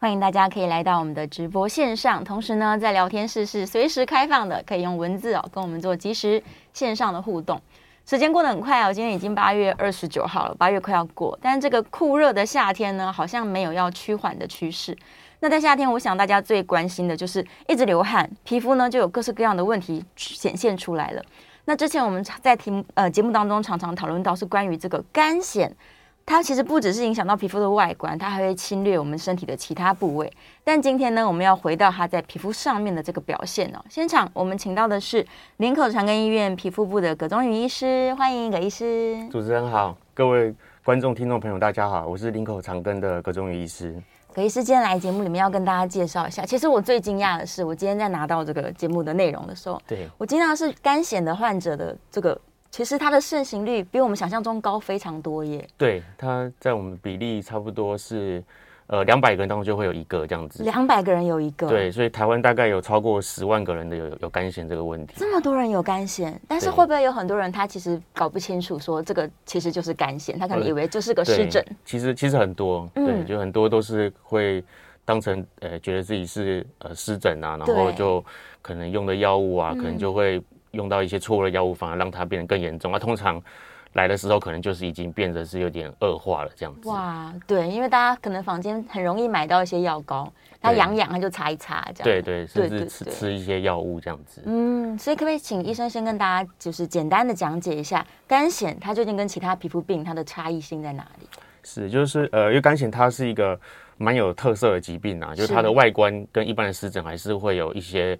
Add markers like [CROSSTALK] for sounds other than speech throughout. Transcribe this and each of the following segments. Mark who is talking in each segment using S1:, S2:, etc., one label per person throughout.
S1: 欢迎大家可以来到我们的直播线上。同时呢，在聊天室是随时开放的，可以用文字哦跟我们做及时线上的互动。时间过得很快哦，今天已经八月二十九号了，八月快要过，但是这个酷热的夏天呢，好像没有要趋缓的趋势。那在夏天，我想大家最关心的就是一直流汗，皮肤呢就有各式各样的问题显现出来了。那之前我们在题目呃节目当中常常讨论到是关于这个干癣，它其实不只是影响到皮肤的外观，它还会侵略我们身体的其他部位。但今天呢，我们要回到它在皮肤上面的这个表现哦。现场我们请到的是林口长庚医院皮肤部的葛宗云医师，欢迎葛医师。
S2: 主持人好，各位观众、听众朋友，大家好，我是林口长庚的葛中宇医师。
S1: 葛医师今天来节目里面要跟大家介绍一下，其实我最惊讶的是，我今天在拿到这个节目的内容的时候，
S2: 对，
S1: 我惊讶的是干癣的患者的这个，其实它的盛行率比我们想象中高非常多耶，
S2: 对，他在我们比例差不多是呃两百个人当中就会有一个这样子。
S1: 两百个人有一个。
S2: 对，所以台湾大概有超过十万个人的有有肝炎这个问题。
S1: 这么多人有干癣，但是
S2: 对
S1: 会不会有很多人他其实搞不清楚，说这个其实就是干癣，他可能以为就是个湿
S2: 对，
S1: 疹，
S2: 其实其实很多，对，
S1: 嗯
S2: 就很多都是会当成呃觉得自己是呃湿疹啊，然后
S1: 对嗯
S2: 就可能用的药物啊，可能就会用到一些错误的药物，反而让它变得更严重啊。通常来的时候可能就是已经变得是有点恶化了这样子。
S1: 哇，对，因为大家可能房间很容易买到一些药膏，他
S2: 对
S1: 痒痒他就擦一擦这样，
S2: 对对，甚至吃
S1: 对
S2: 吃一些药物这样子。
S1: 嗯，所以可不可以请医生先跟大家就是简单的讲解一下干癣它究竟跟其他皮肤病它的差异性在哪里？
S2: 是，就是呃，因为肝癣它是一个蛮有特色的疾病啊，就是它
S1: 是
S2: 的外观跟一般的湿疹还是会有一些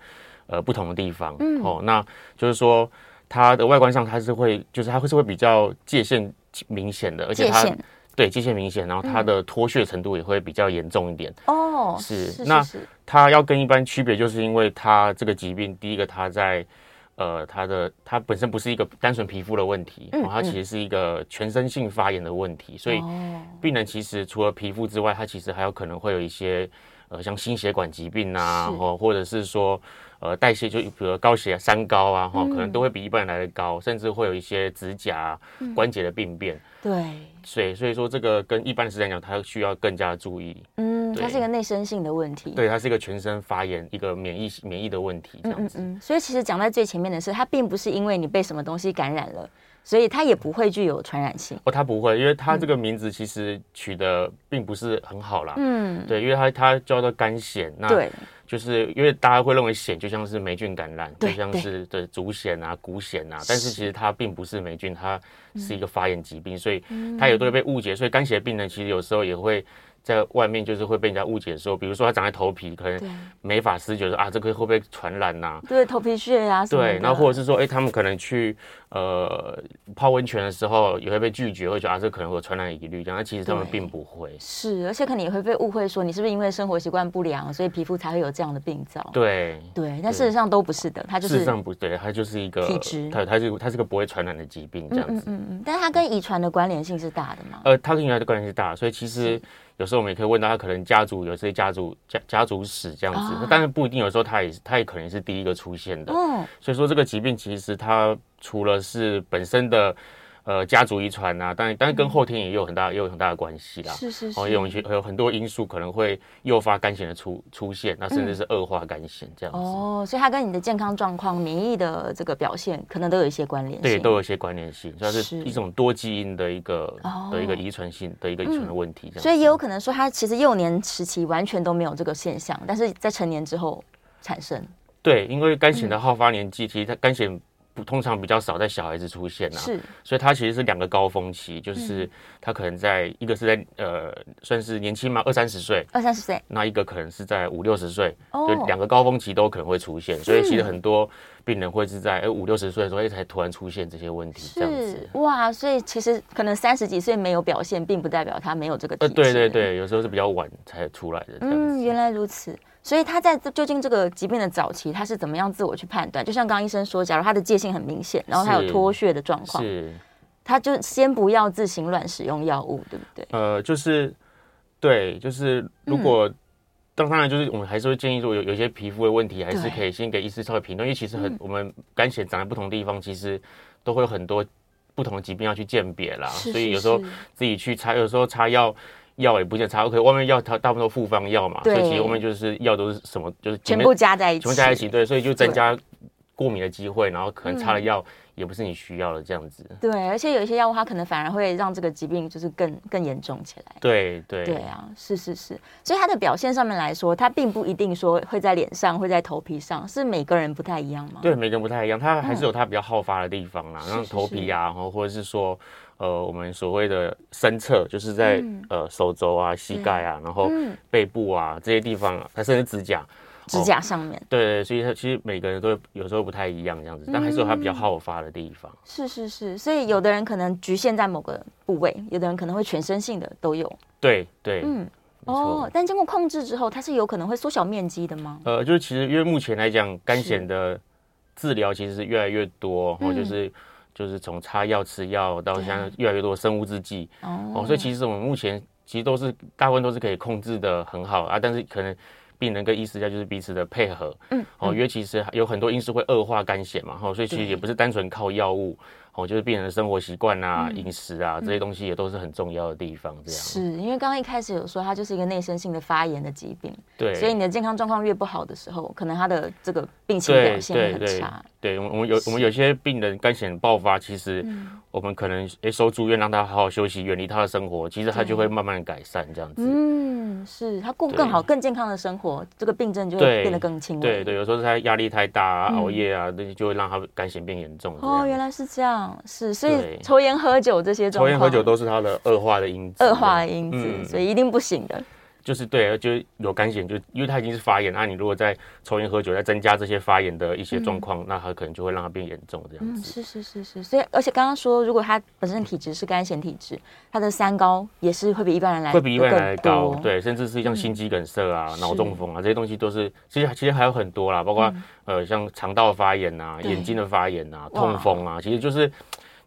S2: 呃不同的地方。嗯，哦，那就是说它的外观上它是会，就是它会是会比较界限明显的，而且
S1: 界
S2: 它
S1: 限嗯
S2: 对界限明显，然后它的脱屑程度也会比较严重一点。
S1: 哦，
S2: 是
S1: 是
S2: 那
S1: 是是，
S2: 它要跟一般区别，就是因为它这个疾病，第一个它在呃它的它本身不是一个单纯皮肤的问题，
S1: 嗯
S2: 然后它其实是一个全身性发炎的问题，所以
S1: 哦
S2: 病人其实除了皮肤之外，他其实还有可能会有一些呃像心血管疾病啊
S1: 是，
S2: 或或者是说呃代谢就比如高血压、三高啊，
S1: 嗯
S2: 哈、可能都会比一般人来的高，甚至会有一些指甲啊、
S1: 嗯
S2: 关节的病变。
S1: 对，
S2: 所以所以说这个跟一般的时间讲，它需要更加注意。
S1: 嗯，
S2: 对
S1: 它是一个内生性的问题，
S2: 对，它是一个全身发炎、一个免疫免疫的问题，
S1: 嗯
S2: 这样
S1: 嗯
S2: 子。
S1: 嗯，所以其实讲在最前面的是，它并不是因为你被什么东西感染了，所以它也不会具有传染性。
S2: 哦，它不会，因为它这个名字其实取得并不是很好啦。
S1: 嗯，
S2: 对，因为它它叫做肝癣，那
S1: 对，
S2: 就是因为大家会认为癣就像是霉菌感染，就
S1: 对
S2: 像是对足癣啊、骨癣啊，但是其实它并不是霉菌，它是一
S1: 嗯
S2: 个发炎疾病，所以它也都会被误解。所以肝血病人其实有时候也会在外面就是会被人家误解说，比如说它长在头皮，可
S1: 对
S2: 能美发师觉得啊，这个会不会传染呐、
S1: 对，头皮屑啊什么的。
S2: 对，然后或者是说，哎、他们可能去呃泡温泉的时候也会被拒绝，会觉得啊，这可能会有传染疑虑这样，但其实他们
S1: 对
S2: 并不会。
S1: 是，而且可能也会被误会说你是不是因为生活习惯不良，所以皮肤才会有这样的病灶。
S2: 对，
S1: 对，但事实上都不是的，它就
S2: 事
S1: 是
S2: 实上不对，它就是一个
S1: 体质
S2: 它它是它是个不会传染的疾病这样子。
S1: 嗯嗯，但它跟遗传的关联性是大的
S2: [LAUGHS]
S1: 嘛？
S2: 呃，它跟原来的关联是大，所以其实有时候我们也可以问到他可能家族有些家族家家族史这样子，
S1: 啊
S2: 但是不一定，有时候他也是他也可能是第一个出现的。
S1: 哦，
S2: 所以说这个疾病其实它除了是本身的呃家族遗传啊，但但是跟后天也有很大也有很大的关系啦。
S1: 嗯是是
S2: 哦，有一
S1: 是。
S2: 些有很多因素可能会诱发肝癣的出出现，那
S1: 嗯
S2: 甚至是恶化肝癣这样子，
S1: 哦，所以它跟你的健康状况、免疫的这个表现，可能都有一些关联性。
S2: 对，都有一些关联性，算
S1: 是
S2: 是一种多基因的一个
S1: 哦嗯
S2: 的一个遗传性的一个遗传的问题，这样子。
S1: 所以也有可能说，他其实幼年时期完全都没有这个现象，但是在成年之后产生。
S2: 对，因为肝癣
S1: 嗯
S2: 的好发年纪，其实它肝癣不通常比较少在小孩子出现啊，
S1: 是，嗯
S2: 所以它其实是两个高峰期，就是它可能在一个是在呃算是年轻嘛，二三十岁，
S1: 二三十岁
S2: 那一个可能是在五六十岁，
S1: 哦嗯
S2: 就两个高峰期都可能会出现，所以其实很多病人会是在哎五六十岁的时候哎才突然出现这些问题，这样
S1: 是
S2: 子。
S1: 哇，所以其实可能三十几岁没有表现，并不代表他没有这个体
S2: 呃，
S1: 质。
S2: 对对，对，有时候是比较晚才出来的这样
S1: 嗯，
S2: 子。
S1: 原来如此。所以他在这究竟这个疾病的早期，他是怎么样自我去判断？就像刚刚医生说，假如他的界限很明显，然后他有
S2: 是
S1: 脱屑的状况，
S2: 是
S1: 他就先不要自行乱使用药物，对不对？
S2: 呃，就是对，就是如
S1: 嗯
S2: 果、当当然就是我们还是会建议说有有一些皮肤的问题，还是
S1: 对嗯
S2: 可以先给医师稍微评论，因为其实很、我们肝血长在不同地方，其实都会有很多不同的疾病要去鉴别啦，
S1: 是
S2: 啊所以
S1: 是
S2: 有时候
S1: 是
S2: 自己去擦，有时候擦药。药也不见得擦，OK，外面药它大部分都复方药嘛，所
S1: 对
S2: 以其实外面就是药都是什么，就是前
S1: 全
S2: 面
S1: 部加在一起，
S2: 全部加一起，对，所以就增加过敏的机会，然后可能
S1: 嗯
S2: 擦的药也不是你需要的这样子，
S1: 对，而且有一些药物，它可能反而会让这个疾病就是更更严重起来。
S2: 对对
S1: 对啊，是是是，所以它的表现上面来说，它并不一定说会在脸上，会在头皮上，是每个人不太一样吗？
S2: 对，每个人不太一样，它还是有它比较好发的地方啦，
S1: 啊嗯是
S2: 像
S1: 是
S2: 头皮啊，然后或者是说，呃，我们所谓的身侧，就是在、呃手肘啊、膝盖啊，然后
S1: 嗯
S2: 背部啊这些地方啊，它甚至指甲，
S1: 指甲上面、
S2: 对对，所以它其实每个人都有时候不太一样这样子，但还是有它
S1: 嗯
S2: 比较好发的地方。
S1: 是是是，所以有的人可能局限在某个部位，有的人可能会全身性的都有。
S2: 对对，
S1: 嗯，
S2: 没错
S1: 哦，但经过控制之后，它是有可能会缩小面积的吗？
S2: 呃，就是其实因为目前来讲，肝
S1: 是
S2: 癣的治疗其实是越来越多，哦，就
S1: 嗯
S2: 是就是从擦药、吃药到现在
S1: 对啊
S2: 越来越多生物制剂，
S1: 哦
S2: 哦，所以其实我们目前其实都是大部分都是可以控制的很好啊，但是可能病人跟医师家就是彼此的配合，
S1: 嗯
S2: 哦，因为其实有很多因素会恶化肝血嘛，哈、哦，所以其实
S1: 对
S2: 也不是单纯靠药物，哦，就是病人的生活习惯啊、饮食啊这些东西也都是很重要的地方，这样
S1: 嗯是因为刚刚一开始有说，它就是一个内生性的发炎的疾病，
S2: 对，
S1: 所以你的健康状况越不好的时候，可能他的这个病情
S2: 对
S1: 表现
S2: 对
S1: 也很
S2: 对
S1: 差。
S2: 对，我们我们有我们有些病人肝炎爆发，其实
S1: 嗯
S2: 我们可能诶收住院让他好好休息，远离他的生活，其实他就会慢慢地改善这样子。
S1: 嗯，是他过
S2: 对
S1: 更好、更健康的生活，这个病症就会
S2: 对
S1: 变得更轻微。
S2: 对对，有时候是他压力太大啊，熬夜啊，那就会让他肝炎变严重。
S1: 嗯哦，原
S2: 来
S1: 来是这样，是所以
S2: 对
S1: 抽烟、喝酒这些状
S2: 抽
S1: 况，
S2: 烟喝酒都是他的恶化的因子。
S1: 恶化的因子，
S2: 嗯
S1: 所以一定不行的。
S2: 就是对，就是有肝炎，就因为他已经是发炎，那、啊你如果再抽烟喝酒，再增加这些发炎的一些状况，那他可能就会让他变严重这样
S1: 嗯，
S2: 子。
S1: 是是是是，所以而且刚刚说，如果他本身体质是肝显体质，他的三高也是会比一般人来
S2: 会比一般人
S1: 得
S2: 来
S1: 更
S2: 高
S1: 多，嗯
S2: 对，甚至是像心肌梗塞啊、
S1: 是嗯
S2: 脑中风啊这些东西都是，其实其实还有很多啦，包括、呃像肠道发炎啊、
S1: 对
S2: 眼睛的发炎啊、
S1: 哇
S2: 痛风啊，其实就是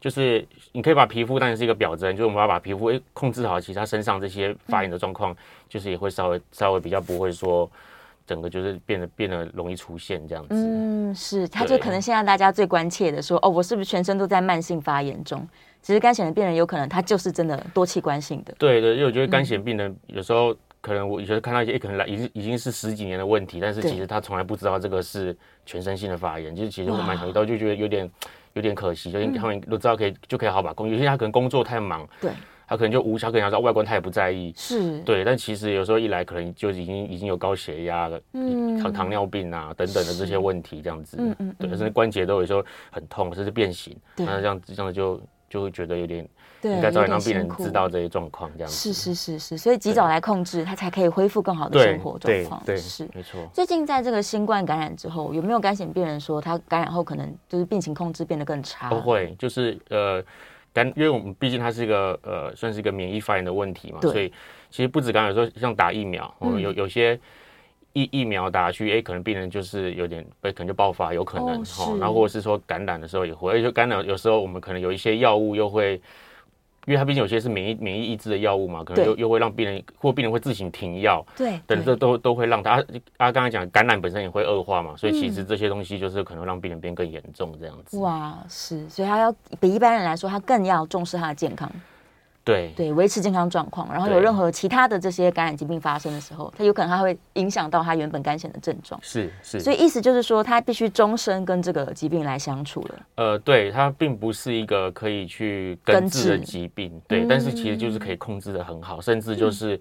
S2: 就是你可以把皮肤当然是一个表征，就是我们要把皮肤诶控制好，其实他身上这些发炎的状
S1: 嗯
S2: 况，就是也会稍微稍微比较不会说整个就是变得变得容易出现这样子。
S1: 嗯，是，他就
S2: 对
S1: 可能现在大家最关切的说，哦，我是不是全身都在慢性发炎中？其实肝显的病人有可能他就是真的多器官性的，
S2: 对对，因为我
S1: 嗯
S2: 觉得肝炎病人有时候可能我有时候看到一些，诶可能来已经已经是十几年的问题，但是
S1: 对
S2: 其实他从来不知道这个是全身性的发炎，就是其实我
S1: 哇嗯
S2: 蛮想到就觉得有点有点可惜，就是他们都知道可以、就可以好好把工，有些他可能工作太忙，
S1: 对，
S2: 他可能就无暇，可能想到外观他也不在意。
S1: 是，
S2: 对，但其实有时候一来，可能就已经已经有高血压了，
S1: 嗯
S2: 糖糖尿病啊等等的这
S1: 是
S2: 些问题，这样子，
S1: 嗯嗯
S2: 对，
S1: 嗯
S2: 甚至关节都有时候很痛，甚至变形，
S1: 对
S2: 那这样这样就就会觉得有点
S1: 对，
S2: 应该早
S1: 有
S2: 点
S1: 点
S2: 让病
S1: 辛
S2: 人
S1: 苦
S2: 知道这些状况，这样子。
S1: 是是是是，所以及早来控制，他才可以恢复更好的
S2: 对
S1: 生活状
S2: 对
S1: 况，
S2: 对，
S1: 是。
S2: 没错。
S1: 最近在这个新冠感染之后，有没有肝显病人说他感染后可能就是病情控制变得更差？
S2: 都会，就是呃，感，因为我们毕竟它是一个呃，算是一个免疫发炎的问题嘛，
S1: 对嗯
S2: 所以其实不止感染，有时候像打疫苗，我们有有些疫疫苗打下去，哎、可能病人就是有点，哎，可能就爆发，有可能
S1: 哦
S2: 齁
S1: 是
S2: 然后或者是说感染的时候也会，而且感染有时候我们可能有一些药物又会。因为它毕竟有些是免疫免疫抑制的药物嘛，可能
S1: 对
S2: 又又会让病人或病人会自行停药，
S1: 对，
S2: 等
S1: 对
S2: 这都都会让他啊啊，刚才讲感染本身也会恶化嘛，所以其实这些东西就是可能让病人变更严重这样子。
S1: 嗯哇，是，所以他要比一般人来说，他更要重视他的健康，
S2: 对
S1: 对，维持健康状况。然后有
S2: 对
S1: 任何其他的这些感染疾病发生的时候，他有可能他会影响到他原本肝显的症状。
S2: 是是，
S1: 所以意思就是说，他必须终身跟这个疾病来相处了。
S2: 呃，对，它并不是一个可以去
S1: 根
S2: 根治的
S1: 治嗯
S2: 疾病，对，但是其实就是可以控制的很好，甚至就是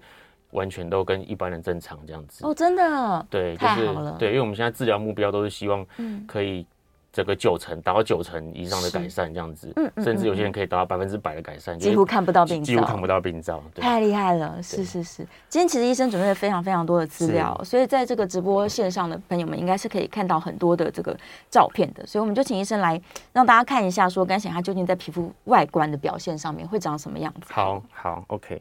S2: 完全都跟一般人正常这样子。
S1: 哦，真的，
S2: 对，就
S1: 太
S2: 是
S1: 好了嗯
S2: 对，因为我们现在治疗目标都是希望可以整个九成达到九成以上的改
S1: 是
S2: 善这样子，
S1: 嗯嗯
S2: 甚至有
S1: 嗯
S2: 些人可以达到百分之百的改善，就
S1: 几
S2: 是
S1: 乎看不到
S2: 几
S1: 病
S2: 几乎看
S1: 灶
S2: 不。到病灶，对。
S1: 太厉害了，是是是。今天其实医生准备了非常非常多的资料，所以在这个直播线上的朋友们应该是可以看到很多的这个照片的。所以我们就请医生来让大家看一下，说肝显它究竟在皮肤外观的表现上面会长什么样子。
S2: 好好，OK。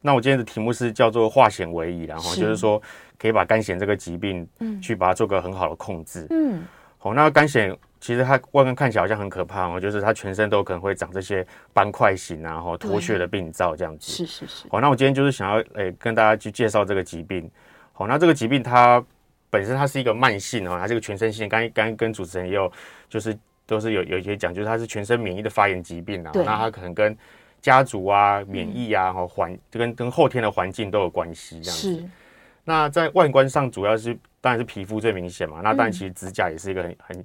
S2: 那我今天的题目是叫做化险为夷啦，然后
S1: 是
S2: 就是说可以把肝癣这个疾病，去把它做个很好的控制。
S1: 嗯，
S2: 好，那肝癣其实它外观看起来好像很可怕哦，就是它全身都有可能会长这些斑块型啊，然后脱屑的病灶这样子。
S1: 是是是，
S2: 好，那我今天就是想要诶、跟大家去介绍这个疾病。好，那这个疾病它本身它是一个慢性哦，它是一个全身性，刚刚跟主持人也有就是都是有有一些讲，就是它是全身免疫的发炎疾病啊，
S1: 对嗯
S2: 那它可能跟家族啊、免疫啊、哦环跟跟后天的环境都有关系这样子。
S1: 是
S2: 那在外观上主要是当然是皮肤最明显嘛，那
S1: 嗯
S2: 当然其实指甲也是一个很很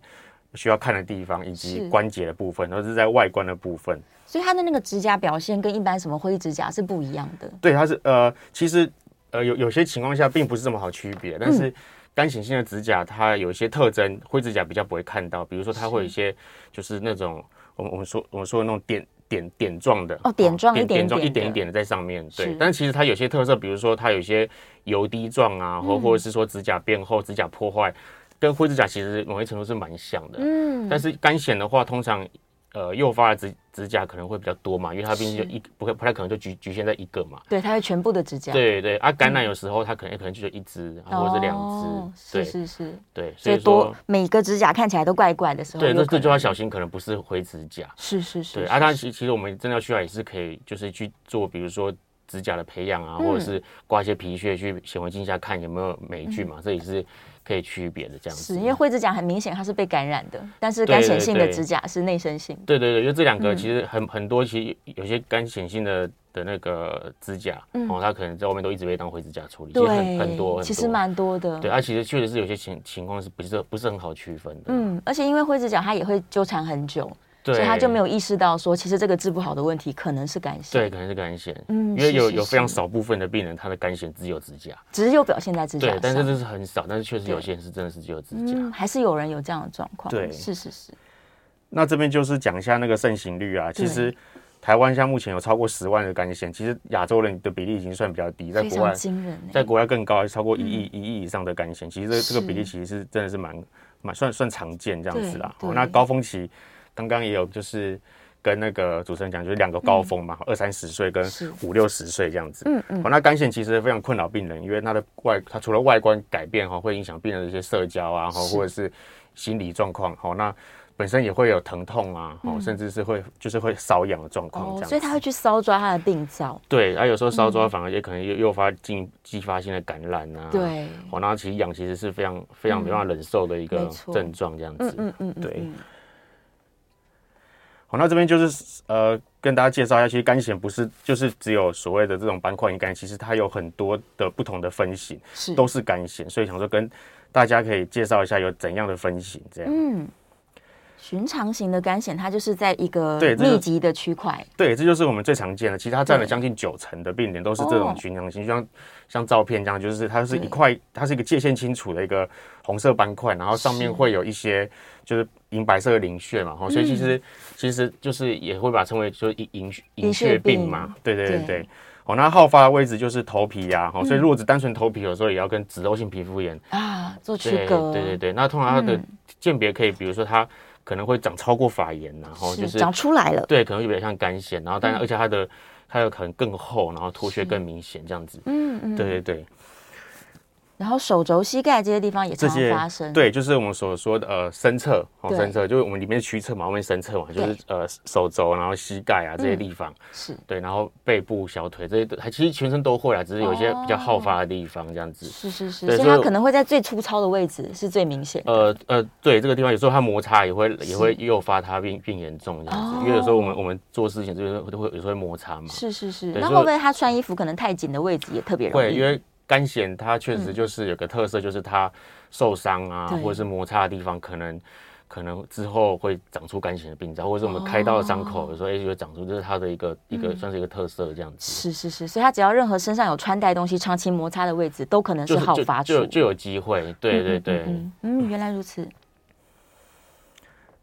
S2: 需要看的地方，以及
S1: 是
S2: 关节的部分都是在外观的部分。
S1: 所以它的那个指甲表现跟一般什么灰指甲是不一样的。
S2: 对，它是呃，其实呃有有些情况下并不是这么好区别，但
S1: 嗯
S2: 是干显性的指甲它有一些特征，灰指甲比较不会看到，比如说它会有一些就是那种我们我们说我们说的那种点。点点状的
S1: 哦点状一点
S2: 点
S1: 一
S2: 状
S1: 点
S2: 一点
S1: 的
S2: 一点的在上面，
S1: 是
S2: 对。但其实它有些特色，比如说它有一些油滴状啊，或
S1: 嗯
S2: 或者是说指甲变厚、指甲破坏，跟灰指甲其实某一程度是蛮像的。
S1: 嗯，
S2: 但是干癣的话，通常呃诱发的指指甲可能会比较多嘛，因为它毕竟就是一不会不太可能就局局限在一个嘛。
S1: 对，它会全部的指甲，，
S2: 对对，啊，感染有时候它可能可能就一只，啊或者是两
S1: 嗯哦
S2: 只，对
S1: 是是是，
S2: 对，所
S1: 所以
S2: 以
S1: 多
S2: 说，
S1: 每个指甲看起来都怪怪的时候，
S2: 对，
S1: 有
S2: 那
S1: 可
S2: 这
S1: 能
S2: 就要小心，可能不是灰指甲，
S1: 是是是，
S2: 对，
S1: 是
S2: 啊，它
S1: 是
S2: 其其实我们真的要需要也是可以，就是去做，比如说。指甲的培养啊，
S1: 嗯
S2: 或者是刮一些皮屑去显微镜下看有没有霉菌嘛，这也是可以区别的这样子。
S1: 嗯是因为灰指甲很明显它是被感染的，但是
S2: 对
S1: 干
S2: 对
S1: 显性的
S2: 对
S1: 指甲是内生性的。
S2: 对对对，因为这两个
S1: 嗯
S2: 其实很、很多，其实有些干显性的的那个指甲，
S1: 嗯
S2: 哦，它可能在外面都一直被当灰指甲处理，其实
S1: 对，
S2: 很很多，很
S1: 其实
S2: 多
S1: 蛮多的。
S2: 对，啊，其实确实是有些情情况是不是不是很好区分的，
S1: 嗯，而且因为灰指甲它也会纠缠很久，
S2: 对，
S1: 所以他就没有意识到说，其实这个治不好的问题可能是感性，
S2: 对，可能是肝癣，
S1: 嗯
S2: 因为有
S1: 是是
S2: 有非常
S1: 是
S2: 少部分的病人他的肝癣只有指甲，
S1: 只有表现在指甲
S2: 对
S1: 上，。
S2: 但是这是很少，但是确实有
S1: 对
S2: 些人是真的是只有指甲。
S1: 嗯，还是有人有这样的状况。
S2: 对
S1: 是是是，
S2: 那这边就是讲一下那个盛行率啊，其实台湾现在目前有超过十万的肝癣，其实亚洲人的比例已经算比较低，在
S1: 非
S2: 国
S1: 常
S2: 外
S1: 惊人欸。
S2: 在国外更高，超过一亿一亿以上的肝癣，其实这这
S1: 嗯是
S2: 个比例其实是真的是蛮蛮算算常见这样子啦。
S1: 对
S2: 哦
S1: 对
S2: 那高峰期刚刚也有就是跟那个主持人讲，就是两个高峰嘛，二三十岁跟
S1: 嗯是
S2: 五六十岁这样子。
S1: 嗯嗯
S2: 哦，那肝癣其实非常困扰病人，因为它的外，它除了外观改变哈、哦，会影响病人的一些社交啊，哈、
S1: 是
S2: 或者是心理状况，好、哦，那本身也会有疼痛啊，哦，甚至是会就是会瘙痒的状况
S1: 嗯
S2: 这
S1: 哦
S2: 样，子。
S1: 所以他会去搔抓他的病灶。
S2: 对，啊，有时候
S1: 嗯
S2: 烧灼反而也可能又诱发进继发性的感染啊，
S1: 对，嗯
S2: 哦，那其实痒其实是非常非常没办法忍受的一
S1: 没
S2: 个
S1: 错
S2: 症状，这样子。
S1: 嗯嗯嗯嗯，
S2: 对
S1: 嗯，
S2: 好，那这边就是呃，跟大家介绍一下，其实肝癣不是就是只有所谓的这种斑块型肝炎，其实它有很多的不同的分型，
S1: 是
S2: 都是肝癣，所以想说跟大家可以介绍一下有怎样的分型，这样。
S1: 嗯。寻常型的肝癣，它就是在一个
S2: 对这就
S1: 密集的区块，
S2: 对，这就是我们最常见的，其实它占了
S1: 对
S2: 将近九成的病人都是
S1: 哦
S2: 这种寻常型，就像像照片这样，就是它是
S1: 对
S2: 一块，它是一个界限清楚的一个红色斑块，然后上面
S1: 是
S2: 会有一些就是银白色的鳞屑嘛，哦吼所以其实、其实就是也会把它称为就是银
S1: 嗯
S2: 银
S1: 银
S2: 银
S1: 屑
S2: 屑病
S1: 病
S2: 嘛，对对对
S1: 对嗯
S2: 对。哦，那好发的位置就是头皮呀、哦吼所以如果只单纯头皮，有时候也要跟脂漏性皮肤炎
S1: 啊，做区
S2: 对
S1: 隔，
S2: 对对对，那通常它的
S1: 嗯
S2: 鉴别可以，比如说它可能会长超过发炎、然后哦就是是
S1: 长出来了，
S2: 对，可能会比较像干癣，然后
S1: 嗯
S2: 但、然，而且它的它有可能更厚，然后脱屑更明显这样子。
S1: 嗯嗯，
S2: 对对对，
S1: 然后手肘、膝盖这些地方也
S2: 这
S1: 常常
S2: 些
S1: 发生，
S2: 对，就是我们所说的呃深侧哦，
S1: 对
S2: 深侧就是我们里面屈侧嘛，外面深侧嘛，就
S1: 对嗯
S2: 是呃手肘，然后膝盖啊这些地方，
S1: 是
S2: 对，然后背部、小腿这些都，还其实全身都会啊啦，只是有一些比较好发的地方这样子。
S1: 是是是，
S2: 对
S1: 所以
S2: 所以
S1: 它
S2: 我
S1: 可能会在最粗糙的位置是最明显的。
S2: 呃呃，对这个地方，有时候它摩擦也会
S1: 哦是哦
S2: 也会诱发它变变严重这样子，因为有时候我们我们做事情就是会会有时候会摩擦嘛，
S1: 是是是，
S2: 对
S1: 那
S2: 所
S1: 会
S2: 以
S1: 不会他穿衣服可能太紧的位置也特别容易？
S2: 会，因为肝癣它确实就是有个特色，就是它受伤啊，
S1: 嗯对
S2: 或者是摩擦的地方，可能可能之后会长出肝癣的病灶，或者是我们开刀的伤
S1: 哦
S2: 口，有时候也就会长出，这是它的一个一个
S1: 嗯
S2: 算是一个特色这样子。
S1: 是是是，所以他只要任何身上有穿戴东西长期摩擦的位置，都可能是
S2: 就
S1: 好
S2: 就
S1: 发
S2: 就嗯
S1: 出。嗯
S2: 就有机会，对对对。
S1: 嗯，嗯，原来如此。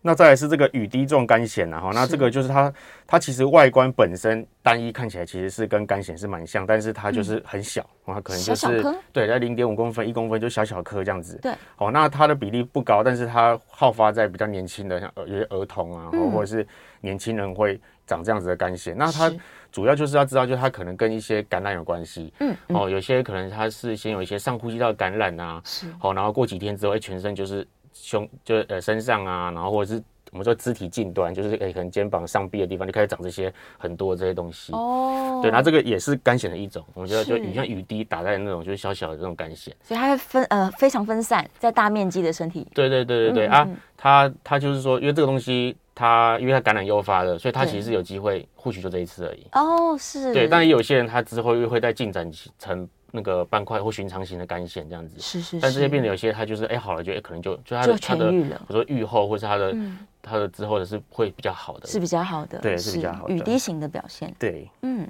S2: 那再来是这个雨滴状干藓啊，哈，那这个就是它，它其实外观本身单一看起来其实是跟干藓是蛮像，但是它就是很小，哦它可能就是
S1: 嗯小小颗
S2: 对，在零点五公分、一公分就小小颗这样子。
S1: 对，
S2: 哦，那它的比例不高，但是它好发在比较年轻的，像儿有些儿童啊，
S1: 嗯
S2: 或者是年轻人会长这样子的干藓。那它
S1: 是
S2: 主要就是要知道，就是它可能跟一些感染有关系。
S1: 嗯，
S2: 哦，有些可能它是先有一些上呼吸道感染啊，
S1: 是
S2: 好、然后过几天之后，哎，全身就是胸，就呃身上啊，然后或者是我们说肢体近端，就是哎可能肩膀、上臂的地方就开始长这些很多这些东西。
S1: 哦，
S2: 对，那这个也是干癣的一种，我们觉得就是你像雨滴打在那种就是小小的这种干癣。
S1: 所以它会分呃非常分散在大面积的身体，
S2: 对对对对
S1: 嗯
S2: 对、啊，它它就是说，因为这个东西它因为它感染诱发的，所以它
S1: 对
S2: 其实有机会，或许就这一次而已。
S1: 哦，是，
S2: 对，但也有些人他之后又会再进展成那个斑块或寻常型的干癣这样子。
S1: 是是是，
S2: 但这些病人有些他就是哎、好了就、哎可能就就他
S1: 就
S2: 的他
S1: 痊
S2: 的
S1: 愈了
S2: 比如说愈后或是他的、他的之后的是会比较好的，
S1: 嗯是比较好的，
S2: 对是比较好的
S1: 雨滴型的表现，
S2: 对。
S1: 嗯，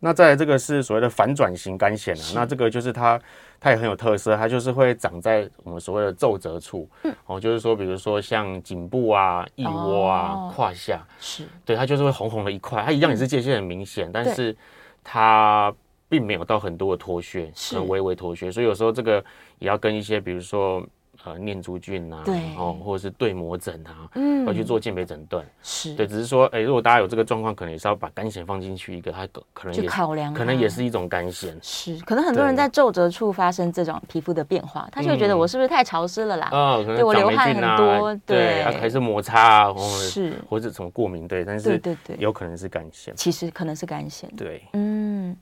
S2: 那再来这个是所谓的反转型干癣啊，那这个就是它，它也很有特色，它就是会长在我们所谓的皱褶处，
S1: 嗯
S2: 哦，就是说，比如说像颈部啊、腋窝啊、
S1: 哦
S2: 胯下，
S1: 是
S2: 对，它就是会红红的一块，它一样也是界限很明显，但
S1: 对
S2: 是它并没有到很多的脱屑，
S1: 是
S2: 可能微微脱屑，所以有时候这个也要跟一些比如说呃念珠菌啊，
S1: 对
S2: 哦，或者是对膜疹啊，
S1: 嗯
S2: 要去做鉴别诊断。
S1: 是，
S2: 对，只是说，哎，如果大家有这个状况，可能也是要把干癣放进去一个，它可可能
S1: 就
S2: 也是
S1: 考量它
S2: 可能也是一种干癣。
S1: 是，可能很多人
S2: 对
S1: 在皱褶处发生这种皮肤的变化，他就会觉得
S2: 嗯
S1: 我是不是太潮湿了啦？
S2: 啊，可能
S1: 对我
S2: 长
S1: 流
S2: 霉
S1: 汗
S2: 菌
S1: 很多
S2: 啊，
S1: 对
S2: 啊，还是摩擦啊，或者
S1: 是，
S2: 或者什么过敏，对，但
S1: 对
S2: 是
S1: 对对，
S2: 有可能是干癣，
S1: 其实可能是干癣，
S2: 对。
S1: 嗯，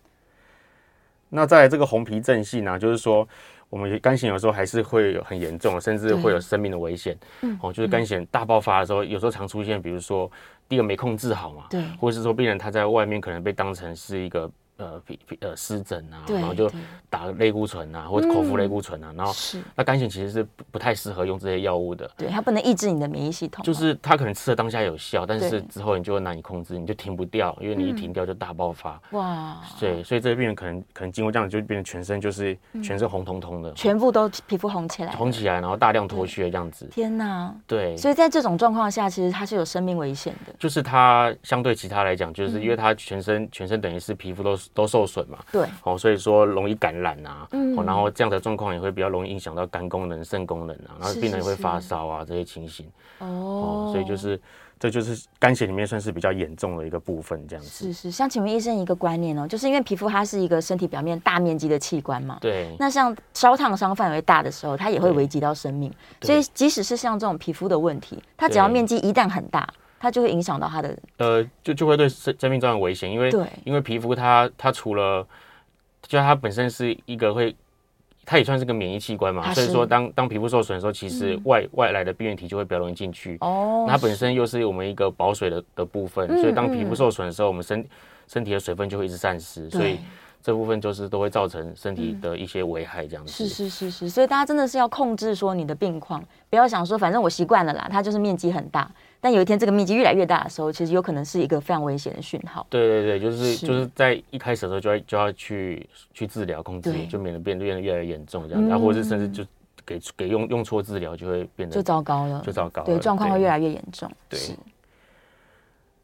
S2: 那在这个红皮症性呢、就是说我们肝炎有时候还是会有很严重，甚至会有生命的危险。
S1: 嗯
S2: 哦，就是肝炎大爆发的时候，有时候常出现，比如说第一个没控制好嘛，
S1: 对
S2: 或者是说病人他在外面可能被当成是一个。呃，皮皮呃湿疹啊，
S1: 对
S2: 然后就
S1: 对
S2: 打类固醇啊，或
S1: 嗯
S2: 者口服类固醇啊，然后
S1: 是，
S2: 那肝炎其实是不不太适合用这些药物的，
S1: 对，它不能抑制你的免疫系统嘛，
S2: 就是它可能吃了当下有效，但
S1: 对嗯
S2: 是之后你就会难以控制，你就停不掉，因为你一停掉就大爆发。
S1: 哦哇，
S2: 对，所以这些病人可能可能经过这样，就变成全身就是全身红彤彤的，
S1: 嗯全部都皮肤红起来，
S2: 红起来，然后大量脱屑这样子。
S1: 天哪！
S2: 对，
S1: 嗯所以在这种状况下，其实它是有生命危险的，
S2: 就是它相对其他来讲，
S1: 嗯
S2: 就是因为它全身全身等于是皮肤都都受损嘛，
S1: 对，
S2: 哦，所以说容易感染啊，
S1: 嗯
S2: 哦，然后这样的状况也会比较容易影响到肝功能、肾功能啊，然后
S1: 是
S2: 病人
S1: 是
S2: 也会
S1: 是
S2: 发烧啊这些情形，
S1: 哦
S2: 哦，，所以就是这就是肝血里面算是比较严重的一个部分这样子。
S1: 是是，像请问医生一个观念哦，就是因为皮肤它是一个身体表面大面积的器官嘛，
S2: 对，
S1: 那像烧烫伤范围大的时候，它也会
S2: 对
S1: 危及到生命。
S2: 对
S1: 所以即使是像这种皮肤的问题，它只要
S2: 对
S1: 面积一旦很大，它就会影响到它的
S2: 呃，就就会对生生命造成危险，因为
S1: 对
S2: 因为皮肤它它除了，就它本身是一个会，它也算是个免疫器官嘛，
S1: 它
S2: 所以
S1: 是嗯
S2: 说当当皮肤受损的时候，其实外、外来的病原体就会比较容易进去。
S1: 哦
S2: 那它本身又是我们一个保水的的部分，所以当
S1: 嗯
S2: 皮肤受损的时候，我们身身体的水分就会一直散失，所
S1: 对
S2: 以
S1: 嗯
S2: 这部分就是都会造成身体的一些危害这样子。
S1: 是是是是，所以大家真的是要控制说你的病况，不要想说反正我习惯了啦，它就是面积很大。但有一天这个面积越来越大的时候，其实有可能是一个非常危险的讯号。
S2: 对对对，就是
S1: 是
S2: 就是在一开始的时候就要就要去去治疗控制
S1: 对，嗯
S2: 就免得变得变得越来越严重这样子，然后或者是甚至就给给用用错治疗就会变得
S1: 就糟糕了，
S2: 就糟糕了，
S1: 对状况会越
S2: 来
S1: 来越严重。
S2: 对
S1: 是。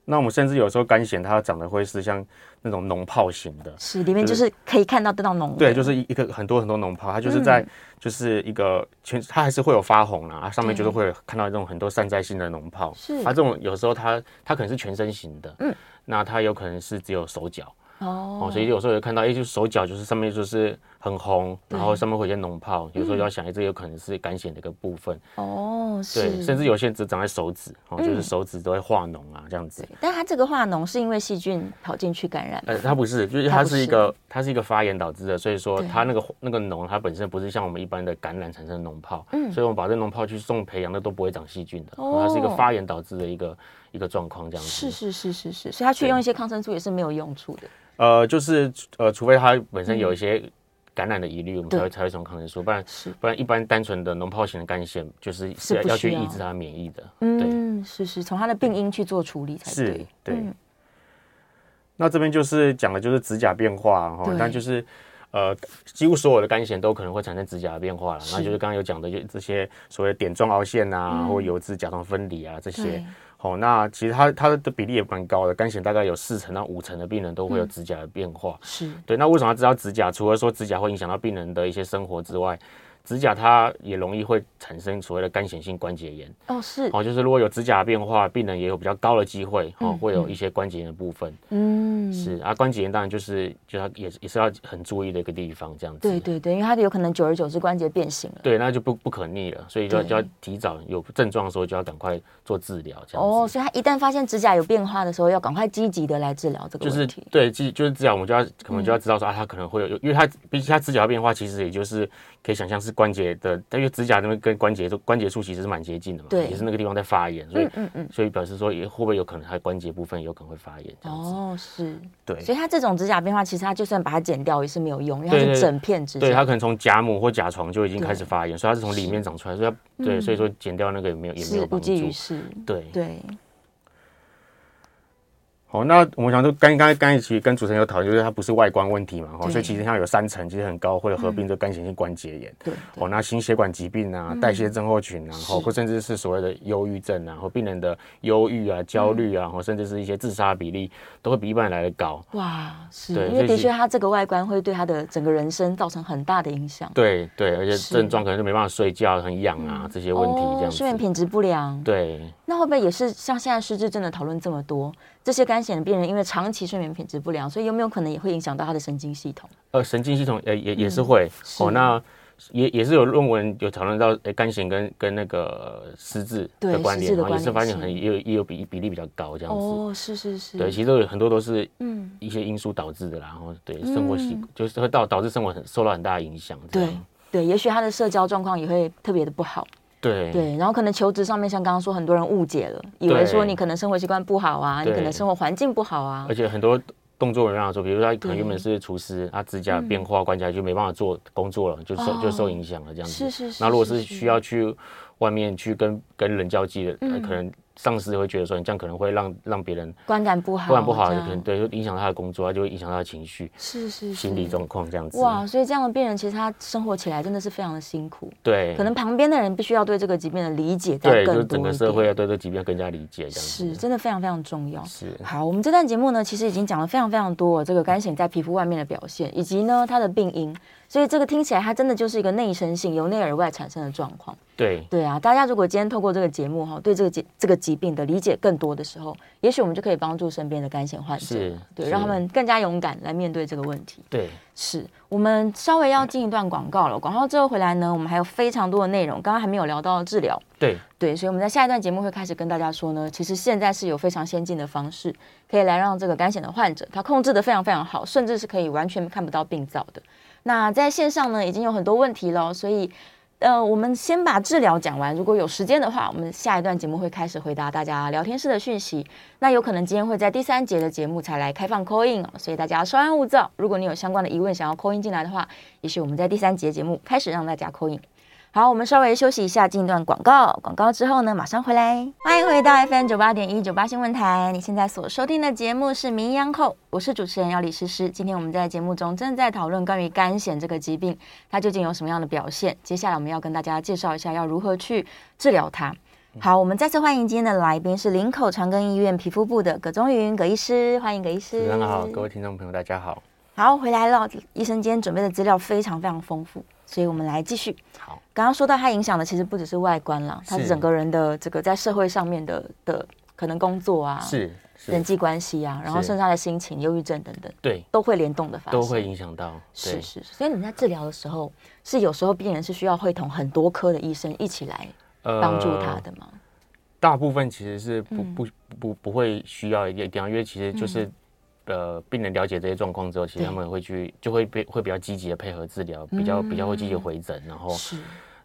S2: 那我们甚至有时候肝癣它长得会是像那种脓泡型的，
S1: 是，里面就
S2: 就是
S1: 可以看到这道脓。
S2: 对，就是一一个很多很多脓泡，它就是在、就是一个全，它还是会有发红啦，啊上面就是会有看到这种很多散在性的脓泡。
S1: 是
S2: 它、这种有时候它它可能是全身型的，嗯，那它有可能是只有手脚
S1: 哦
S2: 哦，所以有时候有看到，哎、就是手脚就是上面就是很红，然后上面会有一些脓泡，有时候要想，哎、这有可能是肝癣的一个部分，
S1: 哦，
S2: 对，
S1: 是。
S2: 甚至有些人只长在手指哦，就是手指都会化脓啊这样子。
S1: 但它这个化脓是因为细菌跑进去感染吗，
S2: 呃，它不是，就是
S1: 它
S2: 它
S1: 不
S2: 是一
S1: 是
S2: 个，它是一个发炎导致的，所以说
S1: 对
S2: 它那个那个脓，它本身不是像我们一般的感染产生的脓泡，所以我们把这脓泡去送培养，那都不会长细菌的，
S1: 嗯哦
S2: 它是一个发炎导致的一个一个状况这样子。
S1: 是是是是是，所以它去
S2: 对
S1: 用一些抗生素也是没有用处的。
S2: 呃，就是呃，除非它本身有一些感染的疑虑，我们才
S1: 嗯对
S2: 会才会送抗生素，不然
S1: 是
S2: 不然一般单纯的脓泡型的肝炎就是
S1: 是
S2: 要
S1: 不
S2: 要
S1: 需
S2: 去
S1: 要
S2: 抑制它免疫的，对。
S1: 嗯，是是，从它的病因去做处理才哎
S2: 是
S1: 对。，
S2: 对。
S1: 嗯
S2: 那这边就是讲的就是指甲变化哈
S1: 对，
S2: 那就是呃，几乎所有的肝藓都可能会产生指甲的变化了。那就是刚刚有讲的，就这些所谓的点状凹陷啊，或油脂甲状分离啊这
S1: 嗯
S2: 些
S1: 对。
S2: 好、那其实它它的比例也蛮高的，肝藓大概有四成到五成的病人都会有指甲的变化。
S1: 是
S2: 对，那为什么要知道指甲？除了说指甲会影响到病人的一些生活之外，指甲它也容易会产生所谓的干显性关节炎。
S1: 哦，是，
S2: 哦，就是如果有指甲的变化，病人也有比较高的机会哦，
S1: 嗯
S2: 会有一些关节炎的部分。
S1: 嗯，
S2: 是啊，关节炎当然就是就它也是也是要很注意的一个地方，这样子。
S1: 对对对，因为它有可能久而久之关节变形了。
S2: 对那就不不可逆了，所以就要
S1: 对
S2: 就要提早有症状的时候就要赶快做治疗，这样子。
S1: 哦，所以它一旦发现指甲有变化的时候，要赶快积极的来治疗这个
S2: 就是
S1: 问题。嗯
S2: 对，就就是指甲，我们就要可能就要知道说、啊，它可能会有，因为它毕竟它指甲的变化，其实也就是可以想象是关节的，但因为指甲那边跟关节关节处其实是蛮接近的嘛，
S1: 对
S2: 也是那个地方在发炎，所以、
S1: 嗯嗯。
S2: 所以表示说也会不会有可能它关节部分有可能会发炎这样子，
S1: 哦，是，
S2: 对
S1: 所以它这种指甲变化，其实它就算把它剪掉也是没有用，因为
S2: 对
S1: 它是
S2: 对
S1: 整片指甲。
S2: 对，它可能从甲母或甲床就已经开始
S1: 对嗯
S2: 发炎，所以它是从里面长出来，所以它对，所以说剪掉那个也没有也没
S1: 是
S2: 有
S1: 无
S2: 帮
S1: 济于
S2: 助，
S1: 事。
S2: 对。
S1: 对，
S2: 好，那我们想说，刚刚刚才其实跟主持人有讨论，就是它不是外观问题嘛，哦，
S1: 对嗯
S2: 所以其实像有三层，其实很高会合并这干显性关节炎，
S1: 对对
S2: 哦，那心血管疾病啊、代谢症候群啊，
S1: 是
S2: 或或甚至是所谓的忧郁症啊，或病人的忧郁啊、焦
S1: 嗯
S2: 虑啊，或甚至是一些自杀比例，都会比一般人来的高。
S1: 哇，是
S2: 对
S1: 因为
S2: 所
S1: 的
S2: 以其
S1: 确，它这个外观会对他的整个人生造成很大的影响。
S2: 对对，而且
S1: 是
S2: 症状可能就没办法睡觉、很痒啊这些问题这样
S1: 哦，睡眠
S2: 子。
S1: 品质不良，
S2: 对，
S1: 那会不会也是像现在失智症的讨论这么多？这些肝显的病人因为长期睡眠品质不良，所以有没有可能也会影响到他的神经系统？
S2: 呃，神经系统也也也是会、
S1: 嗯是
S2: 哦，那。也也是有论文有讨论到诶肝显跟跟那个失智
S1: 对
S2: 的关
S1: 失
S2: 联，
S1: 智的
S2: 然后也
S1: 关
S2: 是
S1: 联
S2: 发现
S1: 是
S2: 很也有也有比比例比较高这样子。
S1: 哦，是是是，
S2: 对，其实都有很多都是
S1: 嗯
S2: 一些因素导致的啦，然后对生活习、
S1: 嗯
S2: 就是会导导致生活很受到很大的影响。这
S1: 对
S2: 样
S1: 对，也许他的社交状况也会特别的不好。
S2: 对
S1: 对，然后可能求职上面，像刚刚说，很多人误解了，以为
S2: 对
S1: 说你可能生活习惯不好啊，你可能
S2: 对
S1: 生活环境不好啊
S2: 而，且很多动作没办法做，比如说他可能原本
S1: 对嗯
S2: 是厨师，他指甲变化关起来就没办法做工作了，就受、就受
S1: 哦
S2: 影响了这样子。
S1: 是是是
S2: 那如果
S1: 是
S2: 是
S1: 是嗯
S2: 需要去外面去跟跟人交际的，呃可能上司会觉得说你这样可能会让让别人
S1: 观感不好，
S2: 不然不好，
S1: 哦这
S2: 就
S1: 样
S2: 可能对就影响到他的工作，他就会影响到他的情绪、
S1: 是是
S2: 心理
S1: 是
S2: 状况这样子。
S1: 哇，所以这样的病人其实他生活起来真的是非常的辛苦，
S2: 对，
S1: 可能旁边的人必须要对这个疾病的理解再
S2: 对，
S1: 更
S2: 就
S1: 多
S2: 是整个
S1: 一
S2: 社
S1: 点
S2: 会要对这疾病更加理解这样
S1: 是
S2: 子。
S1: 真的非常非常重要。
S2: 是
S1: 好，我们这段节目呢，其实已经讲了非常非常多这个肝显在皮肤外面的表现，以及呢它的病因，所以这个听起来它真的就是一个内生性由内而外产生的状况。
S2: 对。
S1: 对啊，大家如果今天透过这个节目哈，对这个疾这个疾病的理解更多的时候，也许我们就可以帮助身边的肝显患者
S2: 是，
S1: 对，
S2: 是
S1: 让他们更加勇敢来面对这个问题。
S2: 对，
S1: 是我们稍微要进一段广告了，广告之后回来呢，我们还有非常多的内容，刚刚还没有聊到治疗。
S2: 对，
S1: 对，所以我们在下一段节目会开始跟大家说呢，其实现在是有非常先进的方式，可以来让这个肝显的患者他控制的非常非常好，甚至是可以完全看不到病灶的。那在线上呢，已经有很多问题了，哦所以呃，我们先把治疗讲完。如果有时间的话，我们下一段节目会开始回答大家聊天室的讯息。那有可能今天会在第三节的节目才来开放 call in 哦，所以大家稍安勿躁。如果你有相关的疑问想要 call in 进来的话，也许我们在第三节节目开始让大家 call in。好，我们稍微休息一下，进一段广告。广告之后呢，马上回来。欢迎回到 FM 九八点一九八新闻台，你现在所收听的节目是《名医央叩》，我是主持人姚李诗诗。今天我们在节目中正在讨论关于肝癣这个疾病，它究竟有什么样的表现？接下来我们要跟大家介绍一下要如何去治疗它。好，我们再次欢迎今天的来宾是林口长庚医院皮肤部的葛宗云葛医师，欢迎葛医
S2: 主
S1: 师。
S2: 持人好，各位听众朋友，大家好。
S1: 好，回来了。医生今天准备的资料非常非常丰富，所以我们来继续。
S2: 好，
S1: 刚刚说到它影响的其实不只是外观啦，它
S2: 是
S1: 整个人的这个在社会上面的的可能工作啊，
S2: 是
S1: 人
S2: 是，
S1: 际关系啊，然后
S2: 是
S1: 甚至他的心情、忧郁症等等，
S2: 对，
S1: 都会联动的发生。
S2: 都会影响到，
S1: 是
S2: 对，
S1: 是，所以你们在治疗的时候，是有时候病人是需要会同很多科的医生一起来
S2: 呃
S1: 帮助他的。吗？
S2: 大部分其实是不
S1: 嗯
S2: 不不不会需要一定要，因为其实就是呃，病人了解这些状况之后，其实
S1: 对
S2: 他们会去就会比会比较积极的配合治疗，比
S1: 嗯
S2: 较比较会积极地回诊，然后
S1: 是，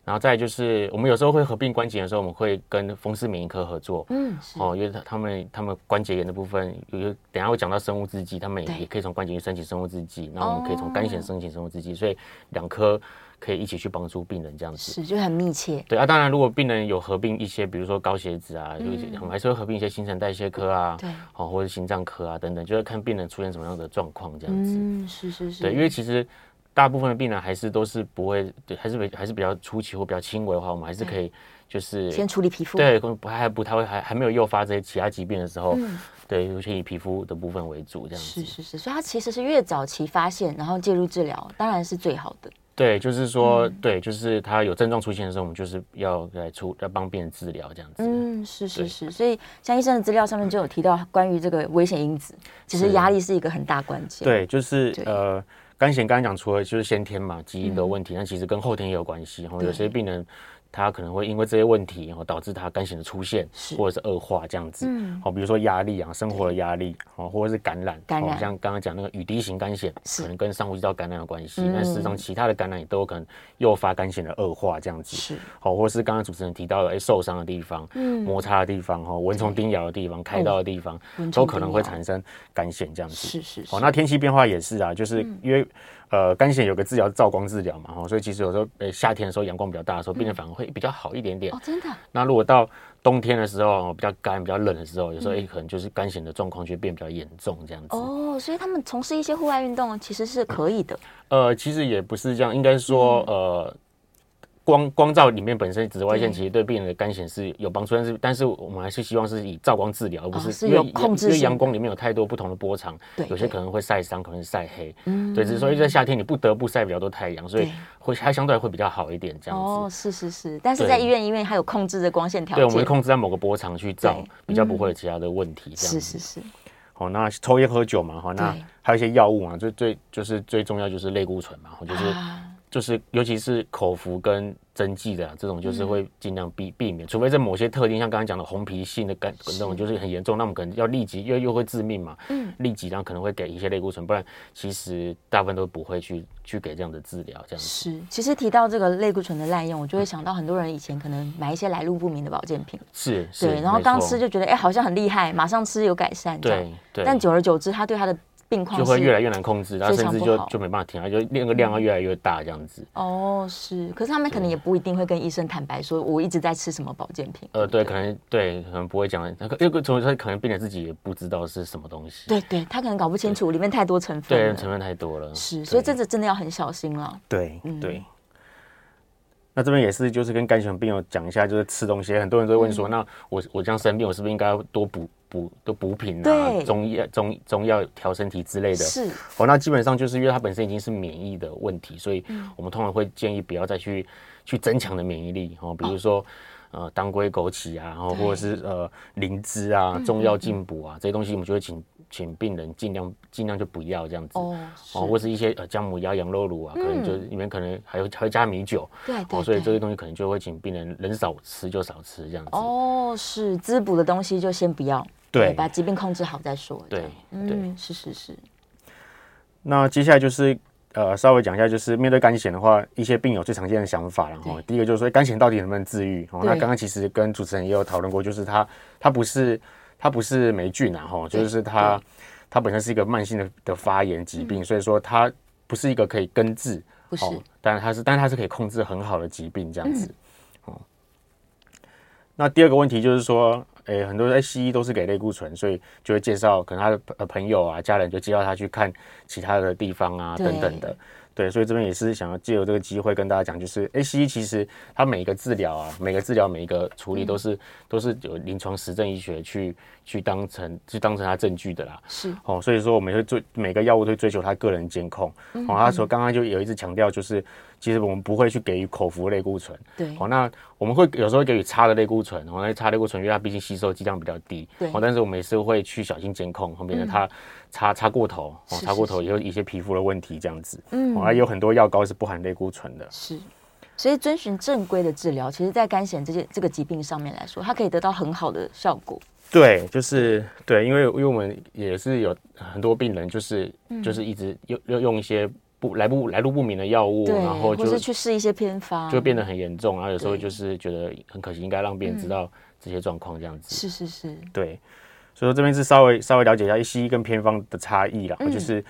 S2: 然后再来就是我们有时候会合并关节炎的时候，我们会跟风湿免疫科合作。
S1: 嗯，是，
S2: 哦，因为他他们他们关节炎的部分，有有等一下会讲到生物制剂，他们也
S1: 对
S2: 也可以从关节炎申请生物制剂，那我们可以从肝
S1: 哦
S2: 炎申请生物制剂，所以两科可以一起去帮助病人这样子。
S1: 是，就很密切。
S2: 对啊，当然如果病人有合并一些，比如说高血脂啊，有一些
S1: 嗯
S2: 我们还是会合并一些新陈代谢科啊，
S1: 对，
S2: 好、或者心脏科啊等等，就会看病人出现什么样的状况这样子。
S1: 嗯，是是是，
S2: 对，因为其实大部分的病人还是都是不会，对，还是比还是比较初期或比较轻微的话，我们还是可以就是
S1: 先处理皮肤，
S2: 对，不还不太会还还没有诱发这些其他疾病的时候，对，优先以皮肤的部分为主，这样子
S1: 嗯是。是是，所以它其实是越早期发现，然后介入治疗，当然是最好的。
S2: 对，就是说，
S1: 嗯
S2: 对，就是他有症状出现的时候，我们就是要来出来帮病人治疗这样子。
S1: 嗯，是是
S2: 对
S1: 是，所以像医生的资料上面就有提到关于这个危险因子，其实
S2: 是
S1: 压力是一个很大关键。，
S2: 对，就是
S1: 对嗯
S2: 呃，刚贤刚刚讲，除了就是先天嘛基因的问题，那、其实跟后天也有关系。哈、
S1: 对
S2: 有些病人他可能会因为这些问题，然后导致他肝炎的出现
S1: 是，
S2: 或者是恶化这样子。
S1: 嗯
S2: 好、比如说压力啊，生活的压力，哦，或者是感染，
S1: 感
S2: 哦
S1: 染
S2: 像刚刚讲那个雨滴型肝炎，
S1: 是
S2: 可能跟上呼吸道感染有关系。
S1: 嗯
S2: 但事实上，其他的感染也都有可能诱发肝炎的恶化这样子。
S1: 是嗯
S2: 好，或是刚刚主持人提到的，哎、受伤的地方、摩擦的地方、哈，蚊虫叮咬的地方、开刀的地方，
S1: 哦蚊虫
S2: 都可能
S1: 叮
S2: 会
S1: 咬
S2: 产生肝炎这样子。
S1: 是是是
S2: 哦，，那天气变化也是啊，就是
S1: 嗯
S2: 因为、呃，肝炎有个治疗照光治疗嘛，哦，所以其实有时候呃夏天的时候阳光比较大的时候，病人反而会比较好一点点。
S1: 嗯哦，真的啊
S2: 那如果到冬天的时候、哦比较干、比较冷的时候，有时候哎、可能就是肝炎的状况就会变比较严重这样子。
S1: 嗯哦，所以他们从事一些户外运动其实是可以的。
S2: 呃，其实也不是这样，应该
S1: 嗯
S2: 说、呃。光光照里面本身紫外线
S1: 对
S2: 其实对病人的肝显是有帮助，但是但是我们还是希望是以照光治疗，而不是,、
S1: 哦是
S2: 因为
S1: 有控制
S2: 因为
S1: 性
S2: 阳
S1: 的
S2: 光里面有太多不同的波长，
S1: 对
S2: 有些
S1: 对
S2: 可能会晒伤，可能晒黑，
S1: 嗯
S2: 对，只是说因为在夏天你不得不晒比较多太阳，所以
S1: 对
S2: 会它相对会比较好一点这样子。
S1: 哦，是是是，但是在
S2: 对
S1: 医院，因为它有控制的光线条
S2: 对，
S1: 件，
S2: 我们会控制在某个波长去照
S1: 对，嗯
S2: 比较不会有其他的问题这样
S1: 是
S2: 子。
S1: 是是，
S2: 好、那抽烟喝酒嘛，好、那
S1: 对
S2: 还有一些药物嘛，最最就是最重要就是类固醇嘛，好就是、嗯
S1: 啊，
S2: 就是尤其是口服跟针剂的、啊、这
S1: 嗯
S2: 种，就是会尽量避避免，除非在某些特定，像刚刚讲的红皮性的肝那种，就是很严重，那我们可能要立即，又又会致命嘛，
S1: 嗯，
S2: 立即然后可能会给一些类固醇，不然其实大部分都不会去去给这样的治疗，这样子。
S1: 是。其实提到这个类固醇的滥用，我就会想到很多人以前可能买一些来路不明的保健品，
S2: 是是，
S1: 对，然后
S2: 没
S1: 刚
S2: 错
S1: 吃就觉得哎、好像很厉害，马上吃有改善，这样
S2: 对。对，
S1: 但久而久之，它对它的病况
S2: 就会
S1: 是
S2: 越来越难控制，然后
S1: 非
S2: 甚
S1: 常
S2: 至
S1: 不
S2: 就
S1: 好嗯
S2: 就没办法停啊，就那个量要越来越大这样子。
S1: 哦，是，可是他们可能也不一定会跟医生坦白说，我一直在吃什么保健品。
S2: 呃，对，可能对，可能不会讲，那个因为从他可能病人自己也不知道是什么东西，
S1: 对对，他可能搞不清楚里面太多成分
S2: 对，
S1: 了
S2: 成分太多了，
S1: 是，所以
S2: 对
S1: 这次真的要很小心了。
S2: 对
S1: 嗯
S2: 对。那这边也是，就是跟肝血病友讲一下，就是吃东西，很多人都会问
S1: 嗯
S2: 说，那我我这样生病，我是不是应该要多补补多补品啊
S1: 对，
S2: 中药中中药调身体之类的？
S1: 是，
S2: 哦，那基本上就是因为它本身已经是免疫的问题，所以
S1: 嗯
S2: 我们通常会建议不要再去去增强的免疫力哦，比如说。呃，当归、枸杞啊，然后或者是呃灵芝啊、
S1: 嗯
S2: 中药进补啊，这些东西我们就会请请病人尽量尽量就不要这样子
S1: 哦，是，
S2: 哦，或是一些呃姜母鸭、羊肉卤啊，可能就里面可能还有还会加米酒
S1: 对
S2: 哦，
S1: 对
S2: 所以这
S1: 对。
S2: 些东西可能就会请病人人少吃就少吃这样子。
S1: 哦，是滋补的东西就先不要，
S2: 对
S1: 把疾病控制好再说。这
S2: 对
S1: 样
S2: 对
S1: 嗯，是是是，
S2: 那接下来就是呃，稍微讲一下，就是面对肝炎的话，一些病友最常见的想法然后
S1: 对
S2: 第一个就是说，哎肝炎到底能不能治愈？哦，
S1: 对
S2: 那刚刚其实跟主持人也有讨论过，就是它它不是它不是霉菌啊，哈，就是它它本身是一个慢性的的发炎疾
S1: 嗯
S2: 病，所以说它不是一个可以根治，
S1: 不是嗯
S2: 哦，但它是但它是可以控制很好的疾病这样子。哦，那第二个问题就是说。诶，很多人诶西医都是给类固醇，所以就会介绍，可能他的呃朋友啊、家人就介绍他去看其他的地方啊
S1: 对
S2: 等等的。对，所以这边也是想要借由这个机会跟大家讲，就是诶西医其实它每一个治疗啊，每个治疗每一个处
S1: 嗯
S2: 理都是、都是有临床实证医学去去当成去当成它证据的啦。
S1: 是
S2: 哦，所以说我们会追每个药物都会追求它个人监控。
S1: 嗯
S2: 哦，他说刚刚就有一直强调，就是其实我们不会去给予口服类固醇。
S1: 对
S2: 哦，那我们会有时候会给予差的类固醇，哦，那差类固醇因为它毕竟吸收剂量比较低，
S1: 对嗯
S2: 哦，但是我们也是会去小心监控，后面的它擦擦过头，哦，
S1: 是
S2: 擦
S1: 是
S2: 过头
S1: 是
S2: 也有一些皮肤的问题这样子，
S1: 嗯
S2: 哦，还有很多药膏是不含类固醇的，
S1: 是。所以遵循正规的治疗，其实，在肝炎这些这个疾病上面来说，它可以得到很好的效果。
S2: 对，就是对，因为因为我们也是有很多病人，就是、
S1: 嗯
S2: 就是一直用用用一些不来不来路不明的药物，
S1: 对，
S2: 然后
S1: 或
S2: 就是
S1: 去试一些偏方，
S2: 就变得很严重，然后有时候
S1: 对
S2: 就是觉得很可惜，应该让别人知道这些状况这样子。
S1: 是是是，嗯
S2: 对，所以说这边是稍微稍微了解一下西医跟偏方的差异啦，就是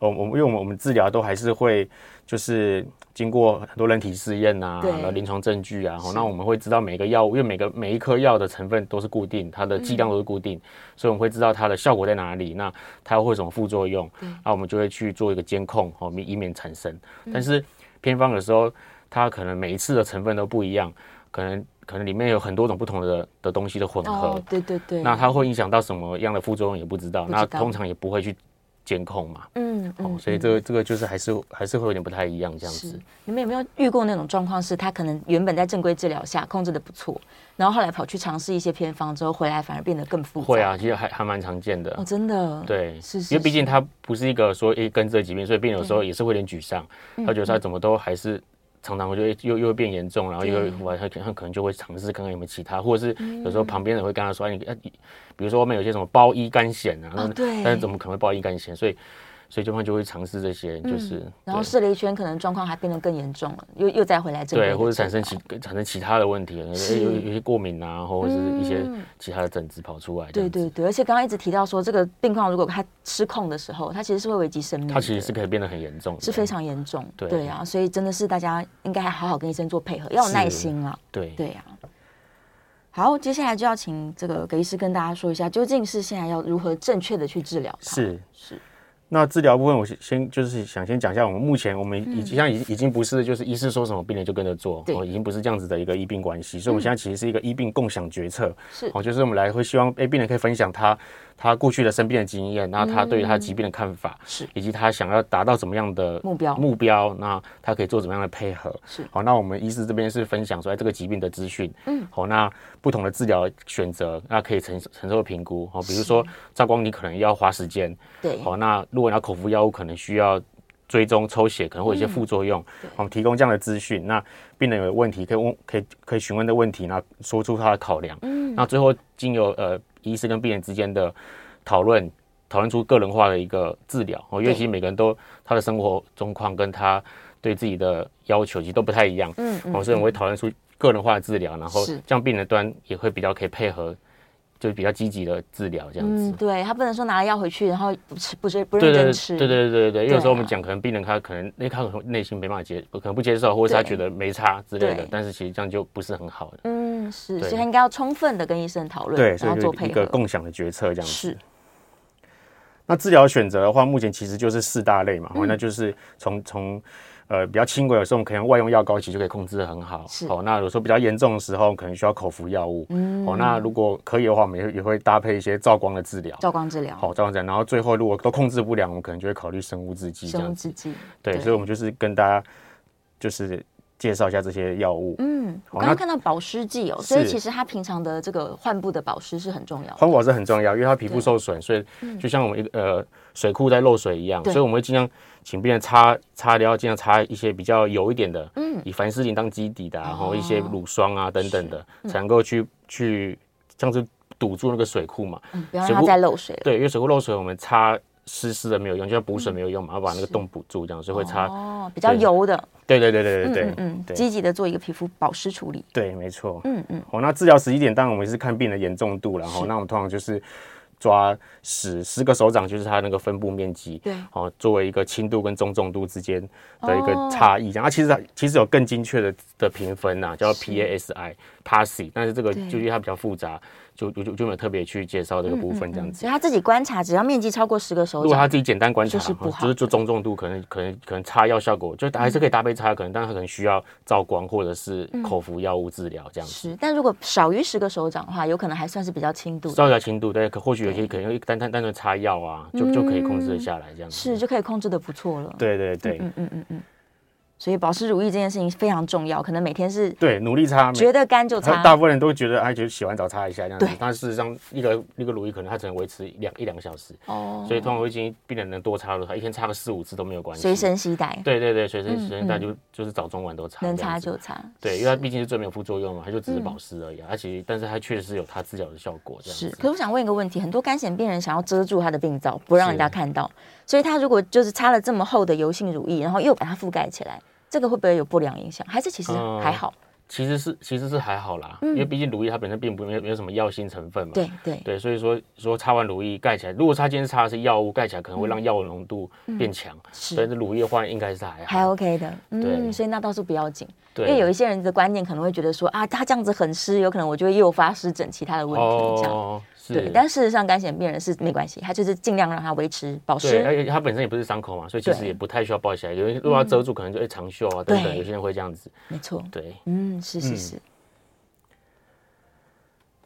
S2: 呃，我们因为我们我们治疗都还是会就是经过很多人体试验呐、
S1: 对
S2: 然后临床证据啊，哦那我们会知道每个药物，因为每个每一颗药的成分都是固定，它的
S1: 嗯
S2: 剂量都是固定，所以我们会知道它的效果在哪里，那它会有什么副作用，那我们就会去做一个监控，哦，以以免产生。
S1: 嗯
S2: 但是偏方有时候它可能每一次的成分都不一样，可能可能里面有很多种不同的的东西的混合，
S1: 哦，对对对，
S2: 那它会影响到什么样的副作用也不知道，
S1: 不知
S2: 那
S1: 道
S2: 通常也不会去监控嘛。
S1: 嗯嗯，
S2: 哦，所以这个这个就是还是还是会有点不太一样这样
S1: 是
S2: 子。
S1: 你们有没有遇过那种状况，是他可能原本在正规治疗下控制的不错，然后后来跑去尝试一些偏方之后，回来反而变得更复杂？
S2: 会，啊，其实还还蛮常见的。
S1: 哦，真的，，
S2: 对，
S1: 是是
S2: 因为毕竟它不是一个说一根治的疾病，所以病人有时候也是会有点沮丧，
S1: 嗯
S2: 他觉得他怎么都还是常常就会又又会变严重，然后又
S1: 对嗯
S2: 会晚上他可能就会尝试看看有没有其他，或者是有时候旁边人会跟他说，哎你啊你比如说外面有些什么包衣干癣啊，那
S1: 哦对
S2: 但是怎么可能会包衣干癣？所以所以对方就会尝试这些，就是
S1: 嗯然后
S2: 对
S1: 试了一圈，可能状况还变得更严重了，又又再回来正规
S2: 对，
S1: 的
S2: 或者
S1: 治疗
S2: 产生其产生其他的问题，可能
S1: 是
S2: 诶有有些过敏啊，或者是一些
S1: 嗯
S2: 其他的疹子跑出来。
S1: 对，对对，而且刚刚一直提到说，这个病况如果他失控的时候，他其实是会危及生命的，
S2: 它其实是可以变得很严重的，
S1: 是非常严重，
S2: 对
S1: 啊，所以真的是大家应该还好好跟医生做配合，要有耐
S2: 是
S1: 心啊，
S2: 对
S1: 对呀、好，接下来就要请这个给医师跟大家说一下，究竟是现在要如何正确的去治疗它？
S2: 是
S1: 是。
S2: 那治疗部分，我先先就是想先讲一下，我们目前我们已经像已已经不是就是医师说什么病人就跟着做，
S1: 嗯对嗯
S2: 哦，已经不是这样子的一个医病关系，所以我们现在其实是一个医病共享决策，
S1: 是
S2: 哦，就是我们来会希望诶病人可以分享他他过去的生病的经验，然后他对于他疾病的看法，
S1: 是
S2: 以及他想要达到怎么样的
S1: 目标
S2: 目标，那他可以做怎么样的配合，
S1: 是
S2: 好，那我们医师这边是分享说哎这个疾病的资讯，嗯，好，那不同的治疗选择，那可以承受承受的评估，哦，比如说照光你可能要花时间。
S1: 对，
S2: 好、那如果拿口服药物，可能需要追踪抽血，可能会有
S1: 嗯
S2: 一些副作用。我们、提供这样的资讯，那病人有问题可以问，可以可以询问的问题，那说出他的考量。嗯，那最后经由呃医师跟病人之间的讨论，讨论出个人化的一个治疗。哦，因为
S1: 对
S2: 其实每个人都他的生活状况跟他对自己的要求其实都不太一样。
S1: 嗯嗯
S2: 哦，所以我们会讨论出个人化的治疗，然后
S1: 是
S2: 这样病人端也会比较可以配合，就是比较积极的治疗这样子。
S1: 嗯，对他不能说拿了药回去，然后不吃不是不
S2: 对
S1: 认
S2: 对
S1: 真吃，
S2: 对对对对，因为有时候我
S1: 对啊
S2: 们讲，可能病人他可能那他可能内心没办法接，可能不接受，或者是他
S1: 对
S2: 觉得没差之类的
S1: 对，
S2: 但是其实这样就不是很好的。
S1: 嗯是，
S2: 对
S1: 所以他应该要充分的跟医生讨论，
S2: 对，
S1: 然
S2: 所
S1: 后
S2: 以就
S1: 做
S2: 一
S1: 配
S2: 个
S1: 合，
S2: 共享的决策这样子
S1: 是。
S2: 那治疗选择的话，目前其实就是四大类嘛，哦
S1: 嗯
S2: 那就是从从呃比较轻微，有时候我们可能外用药膏其实就可以控制的很好。
S1: 是嗯
S2: 哦，那有时候比较严重的时候，可能需要口服药物。哦，那如果可以的话，我们也会也会搭配一些照光的治疗。哦
S1: 照光治疗，
S2: 好，照光治疗，然后最后如果都控制不了，我们可能就会考虑生物制剂这
S1: 生
S2: 样
S1: 物
S2: 子。
S1: 制剂，
S2: 对，
S1: 对
S2: 所以我们就是跟大家就是介绍一下这些药物。
S1: 嗯，我
S2: 好
S1: 刚刚
S2: 那
S1: 看到保湿剂哦，所以
S2: 是
S1: 其实他平常的这个患部的保湿是很重要的，
S2: 环保是很重要，因为它皮肤受损，所以就像我们一个呃水库在漏水一样，
S1: 嗯对
S2: 所以我们会尽量请病人擦擦疗，尽量擦一些比较油一点的，嗯，以凡士林当基底的啊，
S1: 哦
S2: 然后一些乳霜啊等等的，
S1: 嗯
S2: 才能够去去像是堵住那个水库嘛。
S1: 嗯不要
S2: 水
S1: 让它
S2: 库
S1: 再漏水了，
S2: 对，因为水库漏水，我们擦湿湿的没有用，就像补水没有用嘛，要把那个洞补住这样，所以会擦。
S1: 嗯哦，比较
S2: 对
S1: 油的，
S2: 对对对对对对
S1: 嗯，嗯嗯，
S2: 对
S1: 积极的做一个皮肤保湿处理，
S2: 对，没错。
S1: 嗯嗯，
S2: 哦，那治疗十一点，当然我们是看病的严重度啦，然
S1: 是
S2: 后那我们通常就是抓十十个手掌，就是它那个分布面积，
S1: 对
S2: 哦，作为一个轻度跟中重度之间的一个
S1: 哦
S2: 差异。然啊后其实它其实有更精确的的评分呐、叫 PASI、PASI，但是这个
S1: 对
S2: 就因为它比较复杂，就就就就没有特别去介绍这个部分这样子。
S1: 所以他自己观察，只要面积超过十个手
S2: 如果他
S1: 掌，
S2: 自己简单观察，
S1: 就是不
S2: 哦
S1: 好嗯
S2: 就是做中重度，可能可能可能擦药效果就还是可以搭配擦，可能但他可能需要照光或者是口服药物治疗这样子。
S1: 是，但如果少于十个手掌的话，有可能还算是比较轻度的，
S2: 稍微要轻度，对，可或许有些可能单单单纯擦药啊，就就可以控制得下来这样子。
S1: 嗯是嗯就可以控制的不错了。
S2: 对对对、
S1: 所以保湿乳液这件事情非常重要，可能每天是
S2: 对，努力擦。
S1: 觉得干就
S2: 他
S1: 擦，
S2: 大部分人都觉得，哎，就洗完澡擦一下这样子
S1: 对。
S2: 但事实上，一个一个乳液可能它只能维持一两一两个小时，
S1: 哦，
S2: 所以通常会建议病人能多擦多擦，一天擦个四五次都没有关系。
S1: 随身携带，
S2: 对对对，随身随身带就就是早中晚都擦这
S1: 能
S2: 样子，
S1: 擦就嗯擦。
S2: 对，因为它毕竟是最没有副作用嘛，它就只是保湿而已、啊。它其实，但是它确实有它治疗的效果这样
S1: 是，
S2: 子。
S1: 可是我想问一个问题，很多干癣病人想要遮住他的病灶，不让人家看到，所以他如果就是擦了这么厚的油性乳液，然后又把它覆盖起来，这个会不会有不良影响？还是其实
S2: 嗯
S1: 还好，
S2: 其实是其实是还好啦，因为毕竟乳液它本身并不没有没有什么药性成分
S1: 嗯
S2: 嘛。
S1: 对对
S2: 对，所以说说擦完乳液盖起来，如果它今天擦的是药物，盖起来可能会让药物浓度变强，
S1: 嗯是
S2: 所以这乳液换应该是
S1: 还
S2: 还好。
S1: OK 的，嗯，
S2: 对
S1: 所以那倒是不要紧，因
S2: 对
S1: 为有一些人的观念可能会觉得说啊，他这样子很湿，有可能我就会诱发湿疹其他的问题，这样、
S2: 哦，
S1: 对
S2: 是。。
S1: 但事实上，干癣病人是没关系，他就是尽量让它维持保
S2: 对，哎
S1: 湿，
S2: 而且它本身也不是伤口嘛，所以其实
S1: 对嗯
S2: 也不太需要包起来。有人如果要遮住，可能就会长袖啊等等，
S1: 对
S2: 有些人会这样子。
S1: 没错，
S2: 对，
S1: 嗯，是是
S2: 嗯
S1: 是。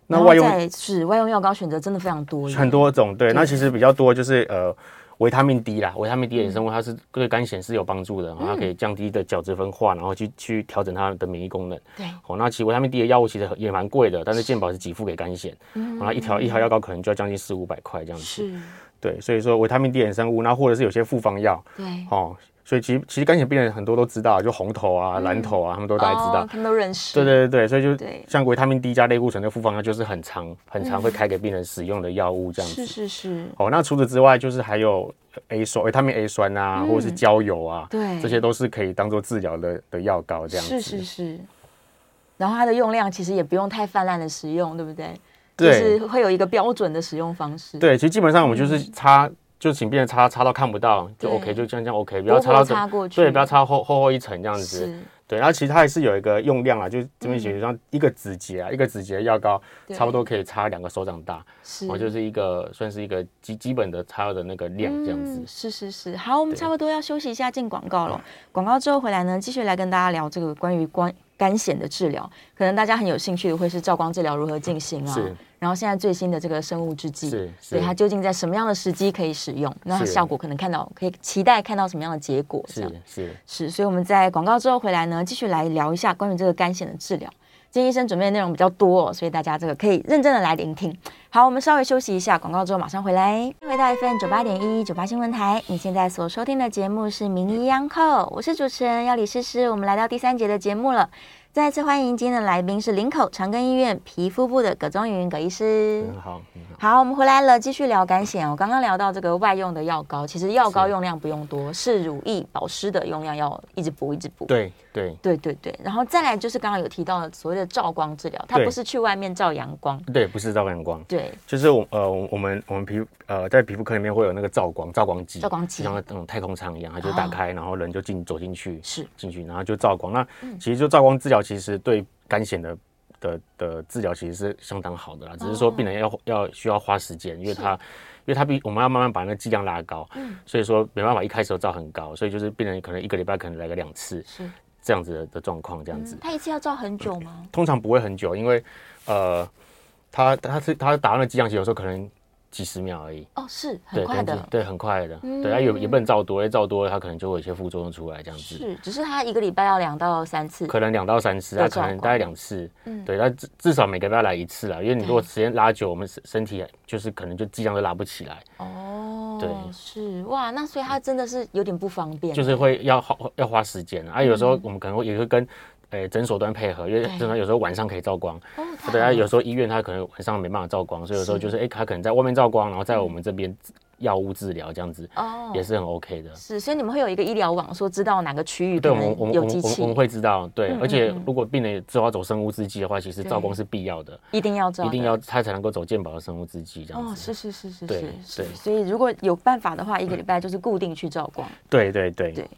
S3: 那
S1: 然后
S3: 外用
S1: 再是外用药膏选择真的非常多耶，
S3: 很多种，对，那其实比较多就是呃维他命 D 啦，
S2: 维他命 D 衍生物它是对肝显是有帮助的，
S1: 嗯
S2: 然后它可以降低的角质分化，然后去去调整它的免疫功能。
S1: 对，
S2: 哦，那其实维他命 D 的药物其实也蛮贵的，但是健保是给付给肝险，然后一条一条药膏可能就要将近四五百块这样子。
S1: 嗯是，
S2: 对，所以说维他命 D 衍生物，那或者是有些复方药，
S1: 对，
S2: 哦，所以其实其实肝血病人很多都知道，就红头啊、蓝头啊，他们都大概知
S1: 嗯
S2: 道
S1: 哦。他们都认识，
S2: 对对对对，所以就
S1: 对嗯
S2: 像维他命 D 加类固醇的复方药，就是很常很常会开给病人使用的药物这样
S1: 是。
S2: 子
S1: 是是，
S2: 哦，那除此之外，就是还有 A 酸、维他命 A 酸啊，或者是焦油啊，
S1: 嗯对
S2: 这些都是可以当做治疗的的药膏这样子。
S1: 是是是。然后它的用量其实也不用太泛滥的使用，对不对？
S2: 对
S1: 就是会有一个标准的使用方式。，
S2: 对，其实基本上我们就是擦，就请病人擦，擦到看不到就
S1: 对
S2: OK，就这样这样 OK，不
S1: 多
S2: 要擦
S1: 过
S2: 到整
S1: 擦过去，
S2: 对，不要擦厚厚厚一层这样子。
S1: 是嗯
S2: 对，然后其实它还是有一个用量啊，就这边写上一个指节啊，一个指节的药膏
S1: 对
S2: 差不多可以擦两个手掌大，
S1: 是，
S2: 我就是一个算是一个基基本的擦的那个量这样子。
S1: 嗯是是是，好，我们差不多要休息一下，进广告了。广告之后回来呢，继续来跟大家聊这个关于关肝癣的治疗，可能大家很有兴趣的会是照光治疗如何进行啊
S2: 是，
S1: 然后现在最新的这个生物制剂，
S2: 是
S1: 所以
S2: 是
S1: 它究竟在什么样的时机可以使用，那它
S2: 是
S1: 效果可能看到可以期待看到什么样的结果，这样。
S2: 是是，
S1: 是，啊所以我们在广告之后回来呢，继续来聊一下关于这个肝癣的治疗。今天医生准备的内容比较多、哦，所以大家这个可以认真的来聆听。好，我们稍微休息一下，广告之后马上回来。欢迎回到 FM 九八点一九八新闻台，你现在所收听的节目是《名医央叩》，我是主持人要李诗诗。我们来到第三节的节目了，再次欢迎今天的来宾是林口长庚医院皮肤部的葛宗云葛医师。
S2: 很嗯好很好。
S1: 好，我们回来了，继续聊干癣哦。刚刚聊到这个外用的药膏，其实药膏用量不用多，是乳液保湿的用量要一直补，一直补。
S2: 对对
S1: 对对对然后再来就是刚刚有提到的所谓的照光治疗，它
S2: 对
S1: 不是去外面照阳光，
S2: 对，不是照阳光。
S1: 对，
S2: 就是我呃，我我们我们皮肤呃，在皮肤科里面会有那个照光照光机，
S1: 照光哦机
S2: 就像那种太空舱一样，它就打开，然后人就进走进去，
S1: 是
S2: 进去，然后就照光。那
S1: 嗯
S2: 其实就照光治疗，其实对肝癣的的的治疗其实是相当好的啦，只
S1: 哦
S2: 是说病人要要需要花时间，因为它因为它比我们要慢慢把那个剂量拉高，
S1: 嗯
S2: 所以说没办法一开始就照很高，所以就是病人可能一个礼拜可能来个两次
S1: 是。
S2: 这样子的的状况，这样子。
S1: 嗯它一次要照很久吗？
S2: 通常不会很久，因为呃，它它是它打完的剂量，其实有时候可能几十秒而已，
S1: 哦，是很
S2: 对，
S1: 快
S2: 可能
S1: 的嗯
S2: 是，对，很快的，对，它啊也也不能照多，因为照多了它可能就会有一些副作用出来，这样子，
S1: 是，只是它一个礼拜要两到三次，
S2: 可能两到三次，
S1: 的
S2: 它
S1: 状
S2: 可
S1: 况嗯
S2: 能大概两次，对，它至至少每个月要来一次啦，因为你如果时间拉久，我们身身体就是可能就剂量都拉不起来，
S1: 哦，
S2: 对
S1: 是哇，那所以它真的是有点不方便，
S2: 就是会要花要花时间啊，啊有时候我们可能会也会跟。呃，诊所端配合，因
S1: 嗯
S2: 为
S1: 对
S2: 诊所有时候晚上可以照光，
S1: 哦，太
S2: 对
S1: 好
S2: 啊，
S1: 了
S2: 有时候医院它可能晚上没办法照光，所以有时候就是哎、他可能在外面照光，然后在我们这边药物治疗这样子，
S1: 哦
S2: 也是很 OK 的。
S1: 是，所以你们会有一个医疗网，说知道哪个区域
S2: 对，
S1: 可
S2: 我们我
S1: 能
S2: 们我
S1: 有
S2: 们
S1: 机
S2: 我们
S1: 器
S2: 我，们会知道，对，而且
S1: 嗯嗯
S2: 如果病人之后要走生物制剂的话，其实
S1: 对
S2: 照光是必要的，
S1: 一定要照，
S2: 一定要他才能够走健保的生物制剂这
S1: 哦，
S2: 样
S1: 是
S2: 子。
S1: 是是是
S2: 对
S1: 是是，
S2: 对
S1: 所以如果有办法的话，一个礼拜就是固定去照光。
S2: 对对对
S1: 对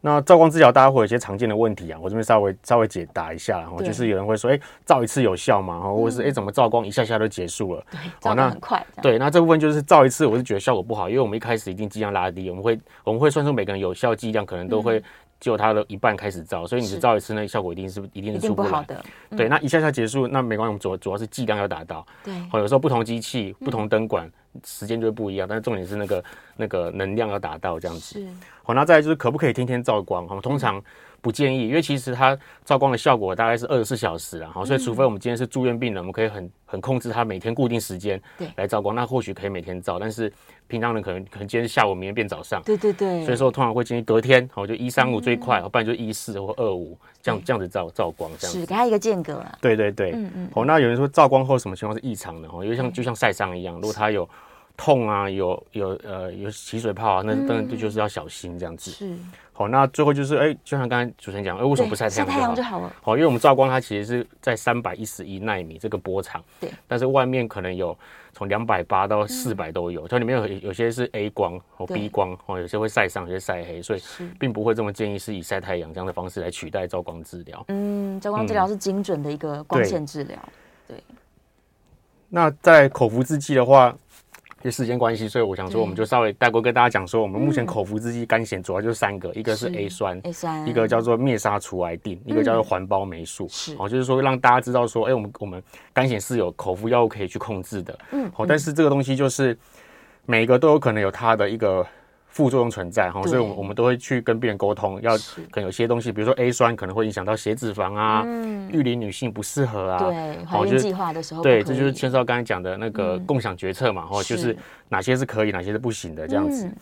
S2: 那照光治疗大家会有一些常见的问题啊，我这边稍微稍微解答一下啦，哦，
S1: 对嗯
S2: 就是有人会说，哎、照一次有效吗？哦，或者是哎、怎么照光一下下就结束了？
S4: 哦
S1: 照光
S2: 那
S1: 很快，这样，
S2: 对，那这部分就是照一次，我是觉得效果不好，因为我们一开始一定剂量拉低，我们会我们会算出每个人有效剂量，可能都会就它的一半开始照，所以你只
S1: 嗯是
S2: 照一次，那效果一定是一定
S1: 一
S2: 是
S1: 定
S2: 出
S1: 不
S2: 不
S1: 好
S2: 来。
S1: 的。嗯
S2: 对，那一下下结束，那没关系，我们主要主要是剂量要达到。
S1: 对，
S2: 哦，有时候不同机器、不
S1: 嗯
S2: 同灯管，时间就会不一样，但是重点是那个那个能量要达到这样子。
S1: 是嗯
S2: 好，那再来就是可不可以天天照光？哈，通常不建议，因为其实它照光的效果大概是二十四小时啦，哈，所以
S1: 嗯
S2: 除非我们今天是住院病人，我们可以很很控制他每天固定时间
S1: 对
S2: 来照光，那或许可以每天照，但是平常人可能可能今天是下午，明天变早上，
S1: 对嗯对对，
S2: 所以说通常会建议隔天，哦，就一三五最快，不然就一四或二五这样这样子照照光这样
S1: 是
S2: 子。
S1: 给他一个间隔啦。
S2: 对对对，
S1: 嗯嗯
S2: 哦，那有人说照光后什么情况是异常的哦，因为像就像晒伤一样，如果他有
S1: 嗯
S2: 痛啊，有有呃有起水泡啊，那当然就就是要小心这样子。
S1: 是
S4: 好，那最后就是哎，就像刚才主持人讲，哎，为什么不晒太
S1: 晒
S4: 阳？
S1: 太阳就好了。
S4: 好，因为我们照光它其实是在三百一十一纳米这个波长，
S1: 对，
S4: 但是外面可能有从两百八到四百都有，它里面有有些是 A 光哦
S1: 嗯对
S4: B 光哦，有些会晒伤，有些晒黑，所以并不会这么建议是以晒太阳这样的方式来取代照光治疗。
S1: 嗯，照光治疗是精准的一个光
S2: 对
S1: 线治疗。
S2: 那在口服制剂的话，
S4: 因为时间关系，所以我想说，我们就稍微带过跟大家讲说，我们目前口服制剂肝炎主要就是三个，一个是
S1: 是哎
S4: A 酸。
S1: A 酸
S4: 一个叫做灭杀除癌定，一个叫做环孢霉素，
S1: 是
S4: 哦，就是说让大家知道说，哎、我们我们肝炎是有口服药物可以去控制的，
S1: 嗯
S4: 好、但是这个东西就是每一个都有可能有它的一个副作用存在哈、
S1: 对
S4: 所以我们我们都会去跟病人沟通，要
S1: 是
S4: 可能有些东西，比如说 A 酸可能会影响到血脂肪啊，育龄女性不适合啊，
S1: 嗯对
S4: 好
S1: 怀孕
S4: 就
S1: 计划的哦时候不可以，
S4: 对，
S1: 嗯
S4: 这就是牵涉到刚才讲的那个共享决策嘛，哈、哦就是是哪些是可以，哪些是不行的这样子
S1: 嗯。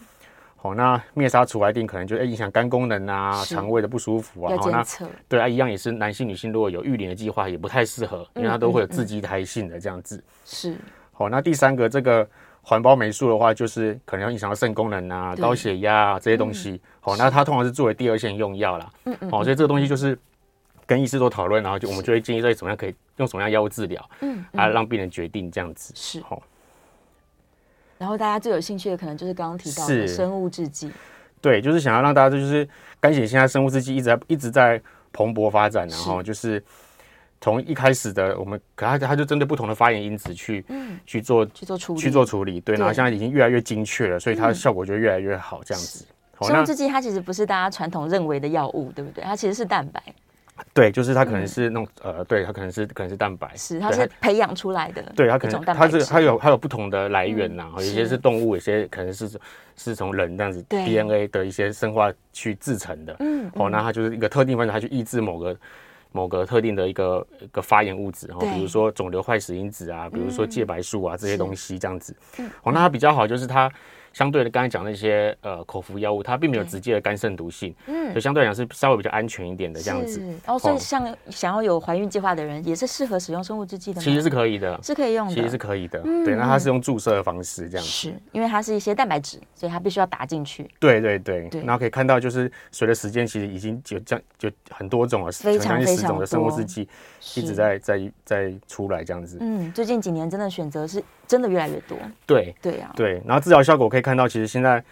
S4: 好、那灭杀除癌定可能就哎影响肝功能啊、
S1: 是
S4: 肠胃的不舒服啊，
S1: 要
S4: 好、
S1: 监
S4: 那
S1: 测，
S4: 对啊，一样也是男性、女性如果有育龄的计划也不太适合，因
S1: 嗯
S4: 为它都会有自畸胎性的这样子。
S1: 是
S4: 好、那第三个这个环孢霉素的话，就是可能要影响到肾功能啊、
S1: 对
S4: 高血压啊这些东西。好、那它通常是作为第二线用药啦。嗯嗯。哦，所以这个东西就是跟医师做讨论，然后就我们就会建议在怎么样可以用什么样药物治疗，嗯啊，让病人决定这样子。
S1: 是。
S4: 好、
S1: 然后大家最有兴趣的可能就是刚刚提到的
S4: 是
S1: 生物制剂，
S2: 对，就是想要让大家就是肝血现
S4: 啊
S2: 在生物制剂一直在一直在蓬勃发展啊，然
S1: 是
S2: 后
S4: 哦，就是从一开始的我们，可它它就针对不同的发炎因子去、去做
S1: 去做处理。
S2: 去做处理，对，
S1: 对嗯
S2: 然后现在已经越来越精确了，所以它的效果就越来越好，这样子。好，
S1: 生
S2: 那
S1: 物制剂它其实不是大家传统认为的药物，对不对？它其实是蛋白，
S2: 对，就是它
S4: 它可能是那种呃，对，它可能是可能是蛋白，
S1: 嗯是它
S4: 对
S1: 是培养出来的，
S2: 对它可
S1: 一种
S2: 能
S1: 蛋白
S2: 它
S1: 质
S2: 是它有它有不同的来源啦，
S1: 嗯
S2: 有一些
S1: 是
S2: 是动物，有些可能是是从人这样子
S1: 对
S2: DNA 的一些生化去制成的。
S1: 嗯，
S2: 哦，那它就是一个特定分子，它去抑制某个某个特定的一个一个发炎物质，哦，
S1: 对嗯
S2: 比如说肿瘤坏死因子啊，比如说介白素啊、这
S1: 是嗯
S2: 些东西这样子。哦，那它比较好就是它。相对的，刚才讲那些呃口服药物，它并没有
S1: 对
S2: 直接的肝肾毒性，
S1: 嗯
S2: 所以相对来讲是稍微比较安全一点的这样子，
S1: 是哦，所以
S2: 哦
S1: 像想要有怀孕计划的人，也是适合使用生物制剂的吗？
S4: 其实是可以的，
S1: 是可以用的，嗯
S2: 其实是可以的。对，那它是用注射的方式这样子。
S1: 是因为它是一些蛋白质，所以它必须要打进去，
S2: 对对对，
S1: 对
S2: 然后可以看到，就是随着时间，其实已经有这样就很多种了，
S1: 非常
S2: 将近
S1: 非
S2: 十
S1: 常
S2: 种的生物
S1: 多
S2: 制剂
S1: 一
S2: 一直在在在出来这样子。
S1: 嗯，最近几年真的选择是真的越来越多，
S2: 对
S1: 对呀、啊，
S2: 对，然后治疗效果可以看到，其实现在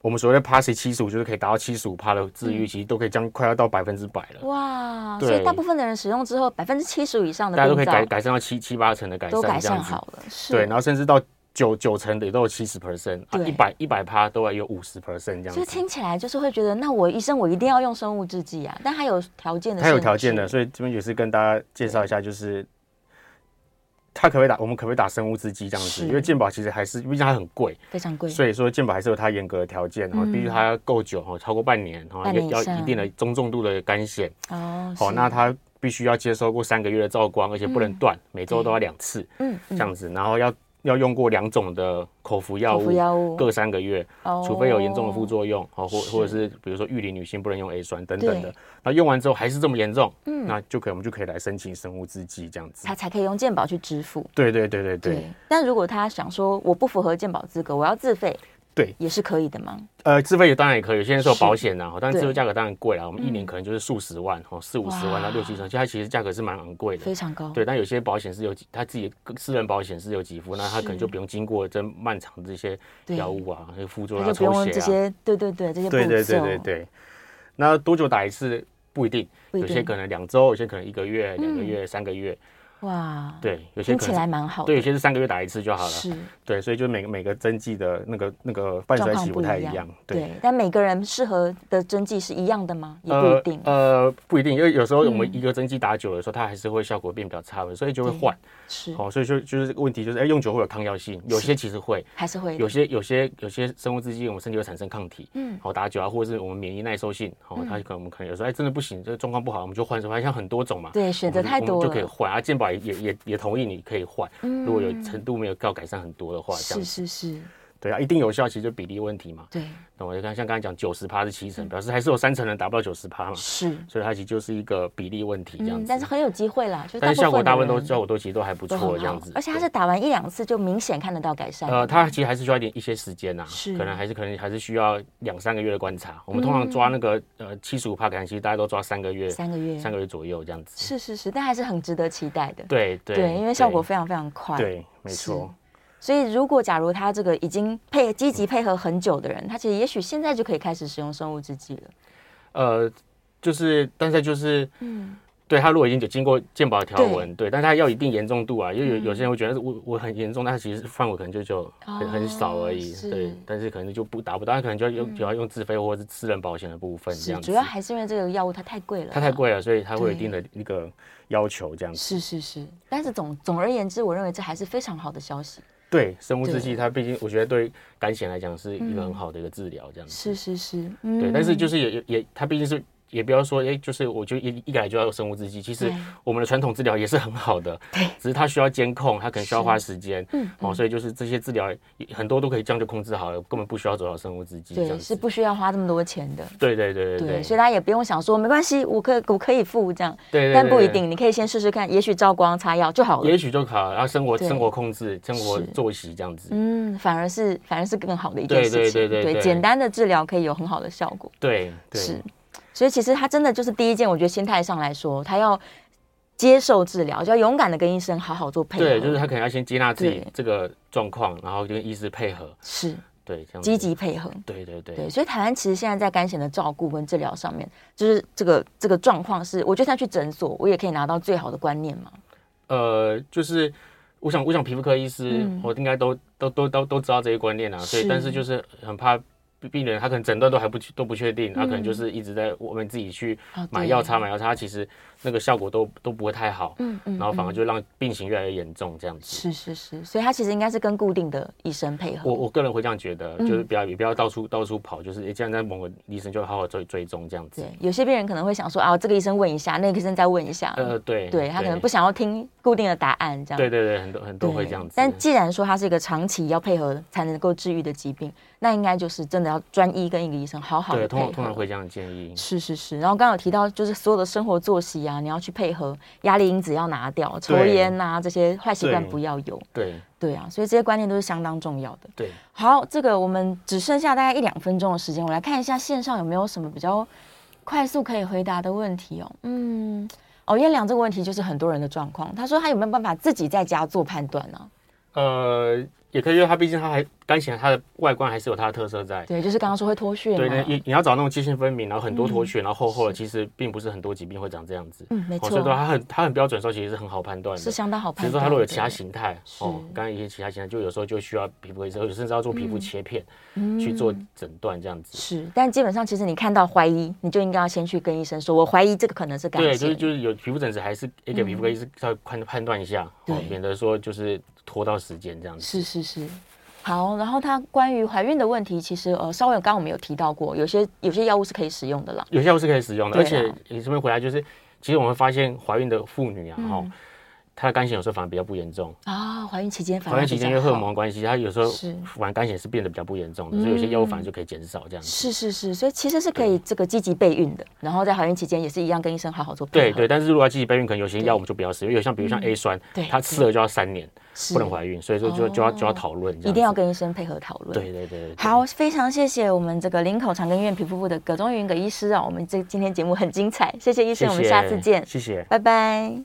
S2: 我们所谓的 PASI 七十五，就是可以达到七十五帕的治
S1: 嗯
S2: 愈，其实都可以将快要到百分之百了。
S1: 哇，所以
S2: 对
S1: 大部分的人使用之后，百分之七十五以上的
S2: 大家都可以
S1: 病灶
S2: 改改善到七七八成的改
S1: 都
S2: 善，
S1: 改
S2: 这样
S1: 善
S2: 子。
S1: 好了，是，
S2: 对，然后甚至到九九成的也都有七十 percent，啊，
S1: 对
S2: 一百一百趴都还有五十 percent 这样
S1: 所以
S2: 子。
S1: 听起来就是会觉得，那我医生我一定要用生物制剂啊，但它有条件的，
S2: 它有条件的，，所以这边也是跟大家介绍一下，就是它可不可以打，我们可不可以打生物制剂这样
S1: 是
S2: 子？因为健保其实还是，毕竟它很贵，
S1: 非常贵，
S2: 所以说健保还是有它严格的条件，然后
S1: 嗯
S2: 必须它要够久哦，超过半年，然后
S1: 半年以
S2: 要
S1: 上
S2: 要一定的中重度的肝血，
S1: 哦，
S2: 好，
S1: 是
S2: 那它必须要接受过三个月的照光，而且不能断，每周都要两次
S1: 嗯
S2: 这
S1: 嗯
S2: 样子，然后要要用过两种的口服药
S1: 口服
S2: 物。
S1: 药物，
S2: 各三个月，
S1: 哦
S2: 除非有严重的副作用，哦，或
S1: 是
S2: 或者是比如说育龄女性不能用 A 酸等等
S1: 对嗯
S2: 的，那用完之后还是这么严重，那就可以我们就可以来申请生物制剂这样子
S1: 他。才可以用健保去支付。
S2: 对对对对对，，
S1: 但如果他想说我不符合健保资格，我要自费，
S2: 对
S1: 也是可以的吗？
S2: 呃，自费也当然也可以，有些人是有
S1: 是
S2: 保险的，哦但是
S1: 对嗯
S2: 自费价格当然贵了，我们一年可能就是数十万，哦，四五十
S1: 哇
S2: 万到六七十万，其实它其实价格是蛮昂贵的
S1: 非。常高，
S2: 对，但有些保险是有给他自己的私人保险是有给付，那他可能就不用经过这漫长这些
S1: 对
S2: 药物啊、那个副作
S1: 他
S2: 用啊、
S1: 就不
S2: 抽
S1: 用
S2: 血
S1: 这
S2: 啊。
S1: 些，对对对，这些步骤，
S2: 对对对对对。那多久打一次不一定，
S1: 不一
S2: 有些
S1: 定
S2: 可能两周，有些可能一个月、两个月、三个月，
S1: 哇，，
S2: 对，有些
S1: 听
S2: 可
S1: 起
S2: 能
S1: 来
S2: 是
S1: 蛮好的，
S2: 对，有些是三个月打一次就好了。
S1: 是
S2: 对，所以就每个每个针剂的那个那个伴
S1: 状
S2: 随
S1: 况
S2: 期
S1: 不
S2: 不太
S1: 一
S2: 一
S1: 样
S2: 样，对。
S1: 对，但每个人适合的针剂是一样的吗？也不
S2: 呃
S1: 一定，
S2: 呃，不一定，因为有时候我们
S1: 嗯
S2: 一个针剂打久了的时候，它还是会效果变比较差的，所以就会
S1: 对
S2: 换。
S1: 是
S2: 哦，所以就就是问题就是，哎，用久会有抗药性，有些其实会，
S1: 还是会
S2: 有些有些有些生物制剂，我们身体会产生抗体，
S1: 嗯
S2: 嗯，好、打久啊，或者是我们免疫耐受性，好、它可能我们可能有时候哎真的不行，这个状况不好，我们就换什么，像很多种嘛，
S1: 对选择
S2: 我们
S1: 太
S2: 我
S1: 多
S2: 们就可以
S1: 了，嗯
S2: 换啊。健保也也也也同意你可以换，如果有程度没有到改善很多的话，这样
S1: 是是是，
S2: 对啊，一定有效，其实就比例问题嘛。
S1: 对，
S2: 那我就看像刚才讲九十趴是七
S1: 嗯
S2: 成，表示还是有三成人达不到九十趴嘛，
S1: 是，
S2: 所以它其实就是嗯一个比例问题这
S1: 嗯，
S2: 样子。
S1: 但是很有机会啦，就是
S2: 但是效果大部分都
S1: 人
S2: 效果都其实都还不
S1: 都
S2: 错
S1: 很
S2: 这样
S1: 好
S2: 子，
S1: 而且它
S2: 对
S1: 是打完一两次就明显看得到改善。
S2: 呃，它其实还是需要一点一些时间呐、
S1: 哦是嗯
S2: 可能还是可能还是需要两三个月的观察。我们通常抓那个、呃七十五帕感，其实大家都抓三个月，
S1: 三个月
S2: 三个月左右这样子。
S1: 是是是，但还是很值得期待的。
S2: 对对
S1: 对，因为效果非常非常快。
S2: 对，对没错，
S1: 所以如果假如他这个已经配积极配合很久的人，他其实也许现在就可以开始使用生物制剂了。
S2: 呃，就是但是就是
S1: 嗯，
S2: 对他如果已经有经过健保条文，对，但他要一定严重度啊，因为有有些人
S1: 嗯
S2: 会觉得我我很严重，但他其实范围可能就就很、很少而已，
S1: 哦是嗯
S2: 对，但是可能就不达不到，他可能就要用、就要用自费或者是私人保险的部分这
S1: 是，
S2: 样子。
S1: 主要还是因为这个药物它太贵了，
S2: 它太。贵了，所以它会有一定
S1: 对
S2: 的一个要求这样子。
S1: 是是是，但是总总而言之，我认为这还是非常好的消息。
S2: 对，生物制
S1: 对嗯
S2: 剂它毕竟我觉得对肝炎来讲是一个很好的一个治疗这样子。
S1: 是是是，嗯
S2: 对，但是就是也也也，它毕竟是。也不要说，哎、就是我就一一来就要有生物制剂。其实
S1: 对
S2: 我们的传统治疗也是很好的，只是它需要监控，它可能需要花时间，
S1: 嗯
S2: 哦，所以就是这些治疗也很多都可以这样就控制好了，根本不需要走到生物制剂这样
S1: 嗯对，
S2: 子。
S1: 是不需要花这么多钱的。
S2: 对对对对
S1: 对，
S2: 对，
S1: 所以大家也不用想说没关系，我可我可以付这样，
S2: 对对对
S1: 但不一
S2: 对
S1: 定，你可以先试试看，也许照光擦药就好了
S2: 也。许就好，然后生活
S1: 对
S2: 生活控制、生活
S1: 是
S2: 作息这样子。
S1: 嗯，反而是反而是更好的一件事
S2: 对
S1: 情。
S2: 对对对对
S1: 简单的治疗可以有很好的效果。
S2: 对对，
S1: 是，所以其实他真的就是第一件，我觉得心态上来说，他要接受治疗，就要勇敢的跟医生好好做配合。
S2: 对，就是他可能要先接纳自己
S1: 哎对
S2: 这个状况，然后跟医师配合，
S1: 是
S2: 对，这样子
S1: 积极。配合。
S2: 对对对，
S1: 对，所以台湾其实现在在肝险的照顾跟治疗上面，就是这个这个状况是，我就算去诊所，我也可以拿到最好的观念嘛。
S2: 呃，就是我想，我想皮肤科医师，我应该都都都都都知道这些观念啊，所
S1: 嗯
S2: 以
S1: 是
S2: 但是就是很怕。病人他可能诊断都还不去都不确定，他可能就是一直在我们自己去
S1: 啊
S2: 买
S1: 嗯对
S2: 药擦买药擦，其实那个效果都都不会太好，
S1: 嗯嗯
S2: 然后反而就让病情越来越严重这样子。
S1: 是是是，所以他其实应该是跟固定的医生配合。
S2: 我我个人会这样觉得，
S1: 嗯
S2: 就是不要也不要到处到处跑，就是诶这样在某个医生就好好追追踪这样子
S1: 对。，有些病人可能会想说啊，这个医生问一下，那个医生再问一下。
S2: 呃，对，
S1: 对他可能不想要听固定的答案，这样
S2: 对对对，很多很多会
S1: 对
S2: 这样子。
S1: 但既然说它是一个长期要配合才能够治愈的疾病，那应该就是真的要专一跟一个医生好好
S2: 对，
S1: 的
S2: 通
S1: 配合。
S2: 常通常会这样建议。
S1: 是是是，然后刚刚有提到，就是所有的生活作息啊，你要去配合，压力因子要拿掉，抽
S2: 对
S1: 烟呐、这些坏习惯
S2: 对
S1: 不要有，
S2: 对
S1: 对啊，所以这些观念都是相当重要的。
S2: 对，
S1: 好，这个我们只剩下大概一两分钟的时间，我来看一下线上有没有什么比较快速可以回答的问题哦。嗯，哦，月亮这个问题就是很多人的状况，他说他有没有办法自己在家做判断呢、
S2: 呃，也可以，因为它毕竟它还干显它的外观还是有它的特色在。
S1: 对，就是刚刚说会脱屑
S2: 对，
S1: 嘛，
S2: 那你你要找那种界限分明，然后很多坨血，然后厚厚的，其实并不是很多疾病会长这样子。
S1: 嗯没
S2: 哦所以
S1: 错
S2: 说它很它很标准的时候，其实是很好判断的。
S1: 是相当好
S2: 只
S1: 判
S2: 是
S1: 断
S2: 说
S1: 的。
S2: 它如果有其他形态，哦
S1: 是，
S2: 刚刚一些其他形态，就有时候就需要皮肤科医生，甚至要做
S1: 嗯
S2: 皮肤切片去做诊断这样子。
S1: 是，但基本上其实你看到怀疑，你就应该要先去跟医生说，我怀疑这个可能是肝
S2: 对，
S1: 炎。
S2: 就是就是有皮肤疹子，还是给皮肤科医生稍微判判断一下，哦
S1: 嗯对，
S2: 免得说就是拖到时间这样子。
S1: 是是是。好，然后他关于怀孕的问题，其实呃，稍微刚刚我们有提到过，有些有些药物是可以使用的啦。
S2: 有效是可以使用的，
S1: 对
S2: 而
S1: 啊
S2: 且你这边回来就是，其实我们发现怀孕的妇女
S1: 嗯
S2: 啊，哈、她的肝炎有时候反而比较不严重。
S1: 啊、怀孕期间反而
S2: 怀孕期间因
S1: 比
S2: 为
S1: 较
S2: 荷尔
S1: 好
S2: 蒙的关系，她有时候
S1: 是
S2: 反而肝炎是变得比较不严重的，所以有些药物反而就可以减少这样子。
S1: 是是是，所以其实是可以这个积极备孕的，然后在怀孕期间也是一样跟医生好好做配
S2: 对
S1: 合。
S2: 对，但是如果要积极备孕，可能有些
S1: 对嗯
S2: 药我们就不要使用，有像比如像 A 酸
S1: 对，
S2: 它吃了就要三年，
S1: 是
S2: 不能怀孕，所以说就就要就
S1: 哦
S2: 要讨论这样子，
S1: 一定要跟医生配合讨论。
S2: 对。对对，对
S1: 好，，非常谢谢我们这个林口长庚医院皮肤部的葛中云葛医师啊，我们这今天节目很精彩，谢谢医
S2: 谢
S1: 生，我
S2: 谢，
S1: 们下次见，
S2: 谢谢。
S1: 拜拜。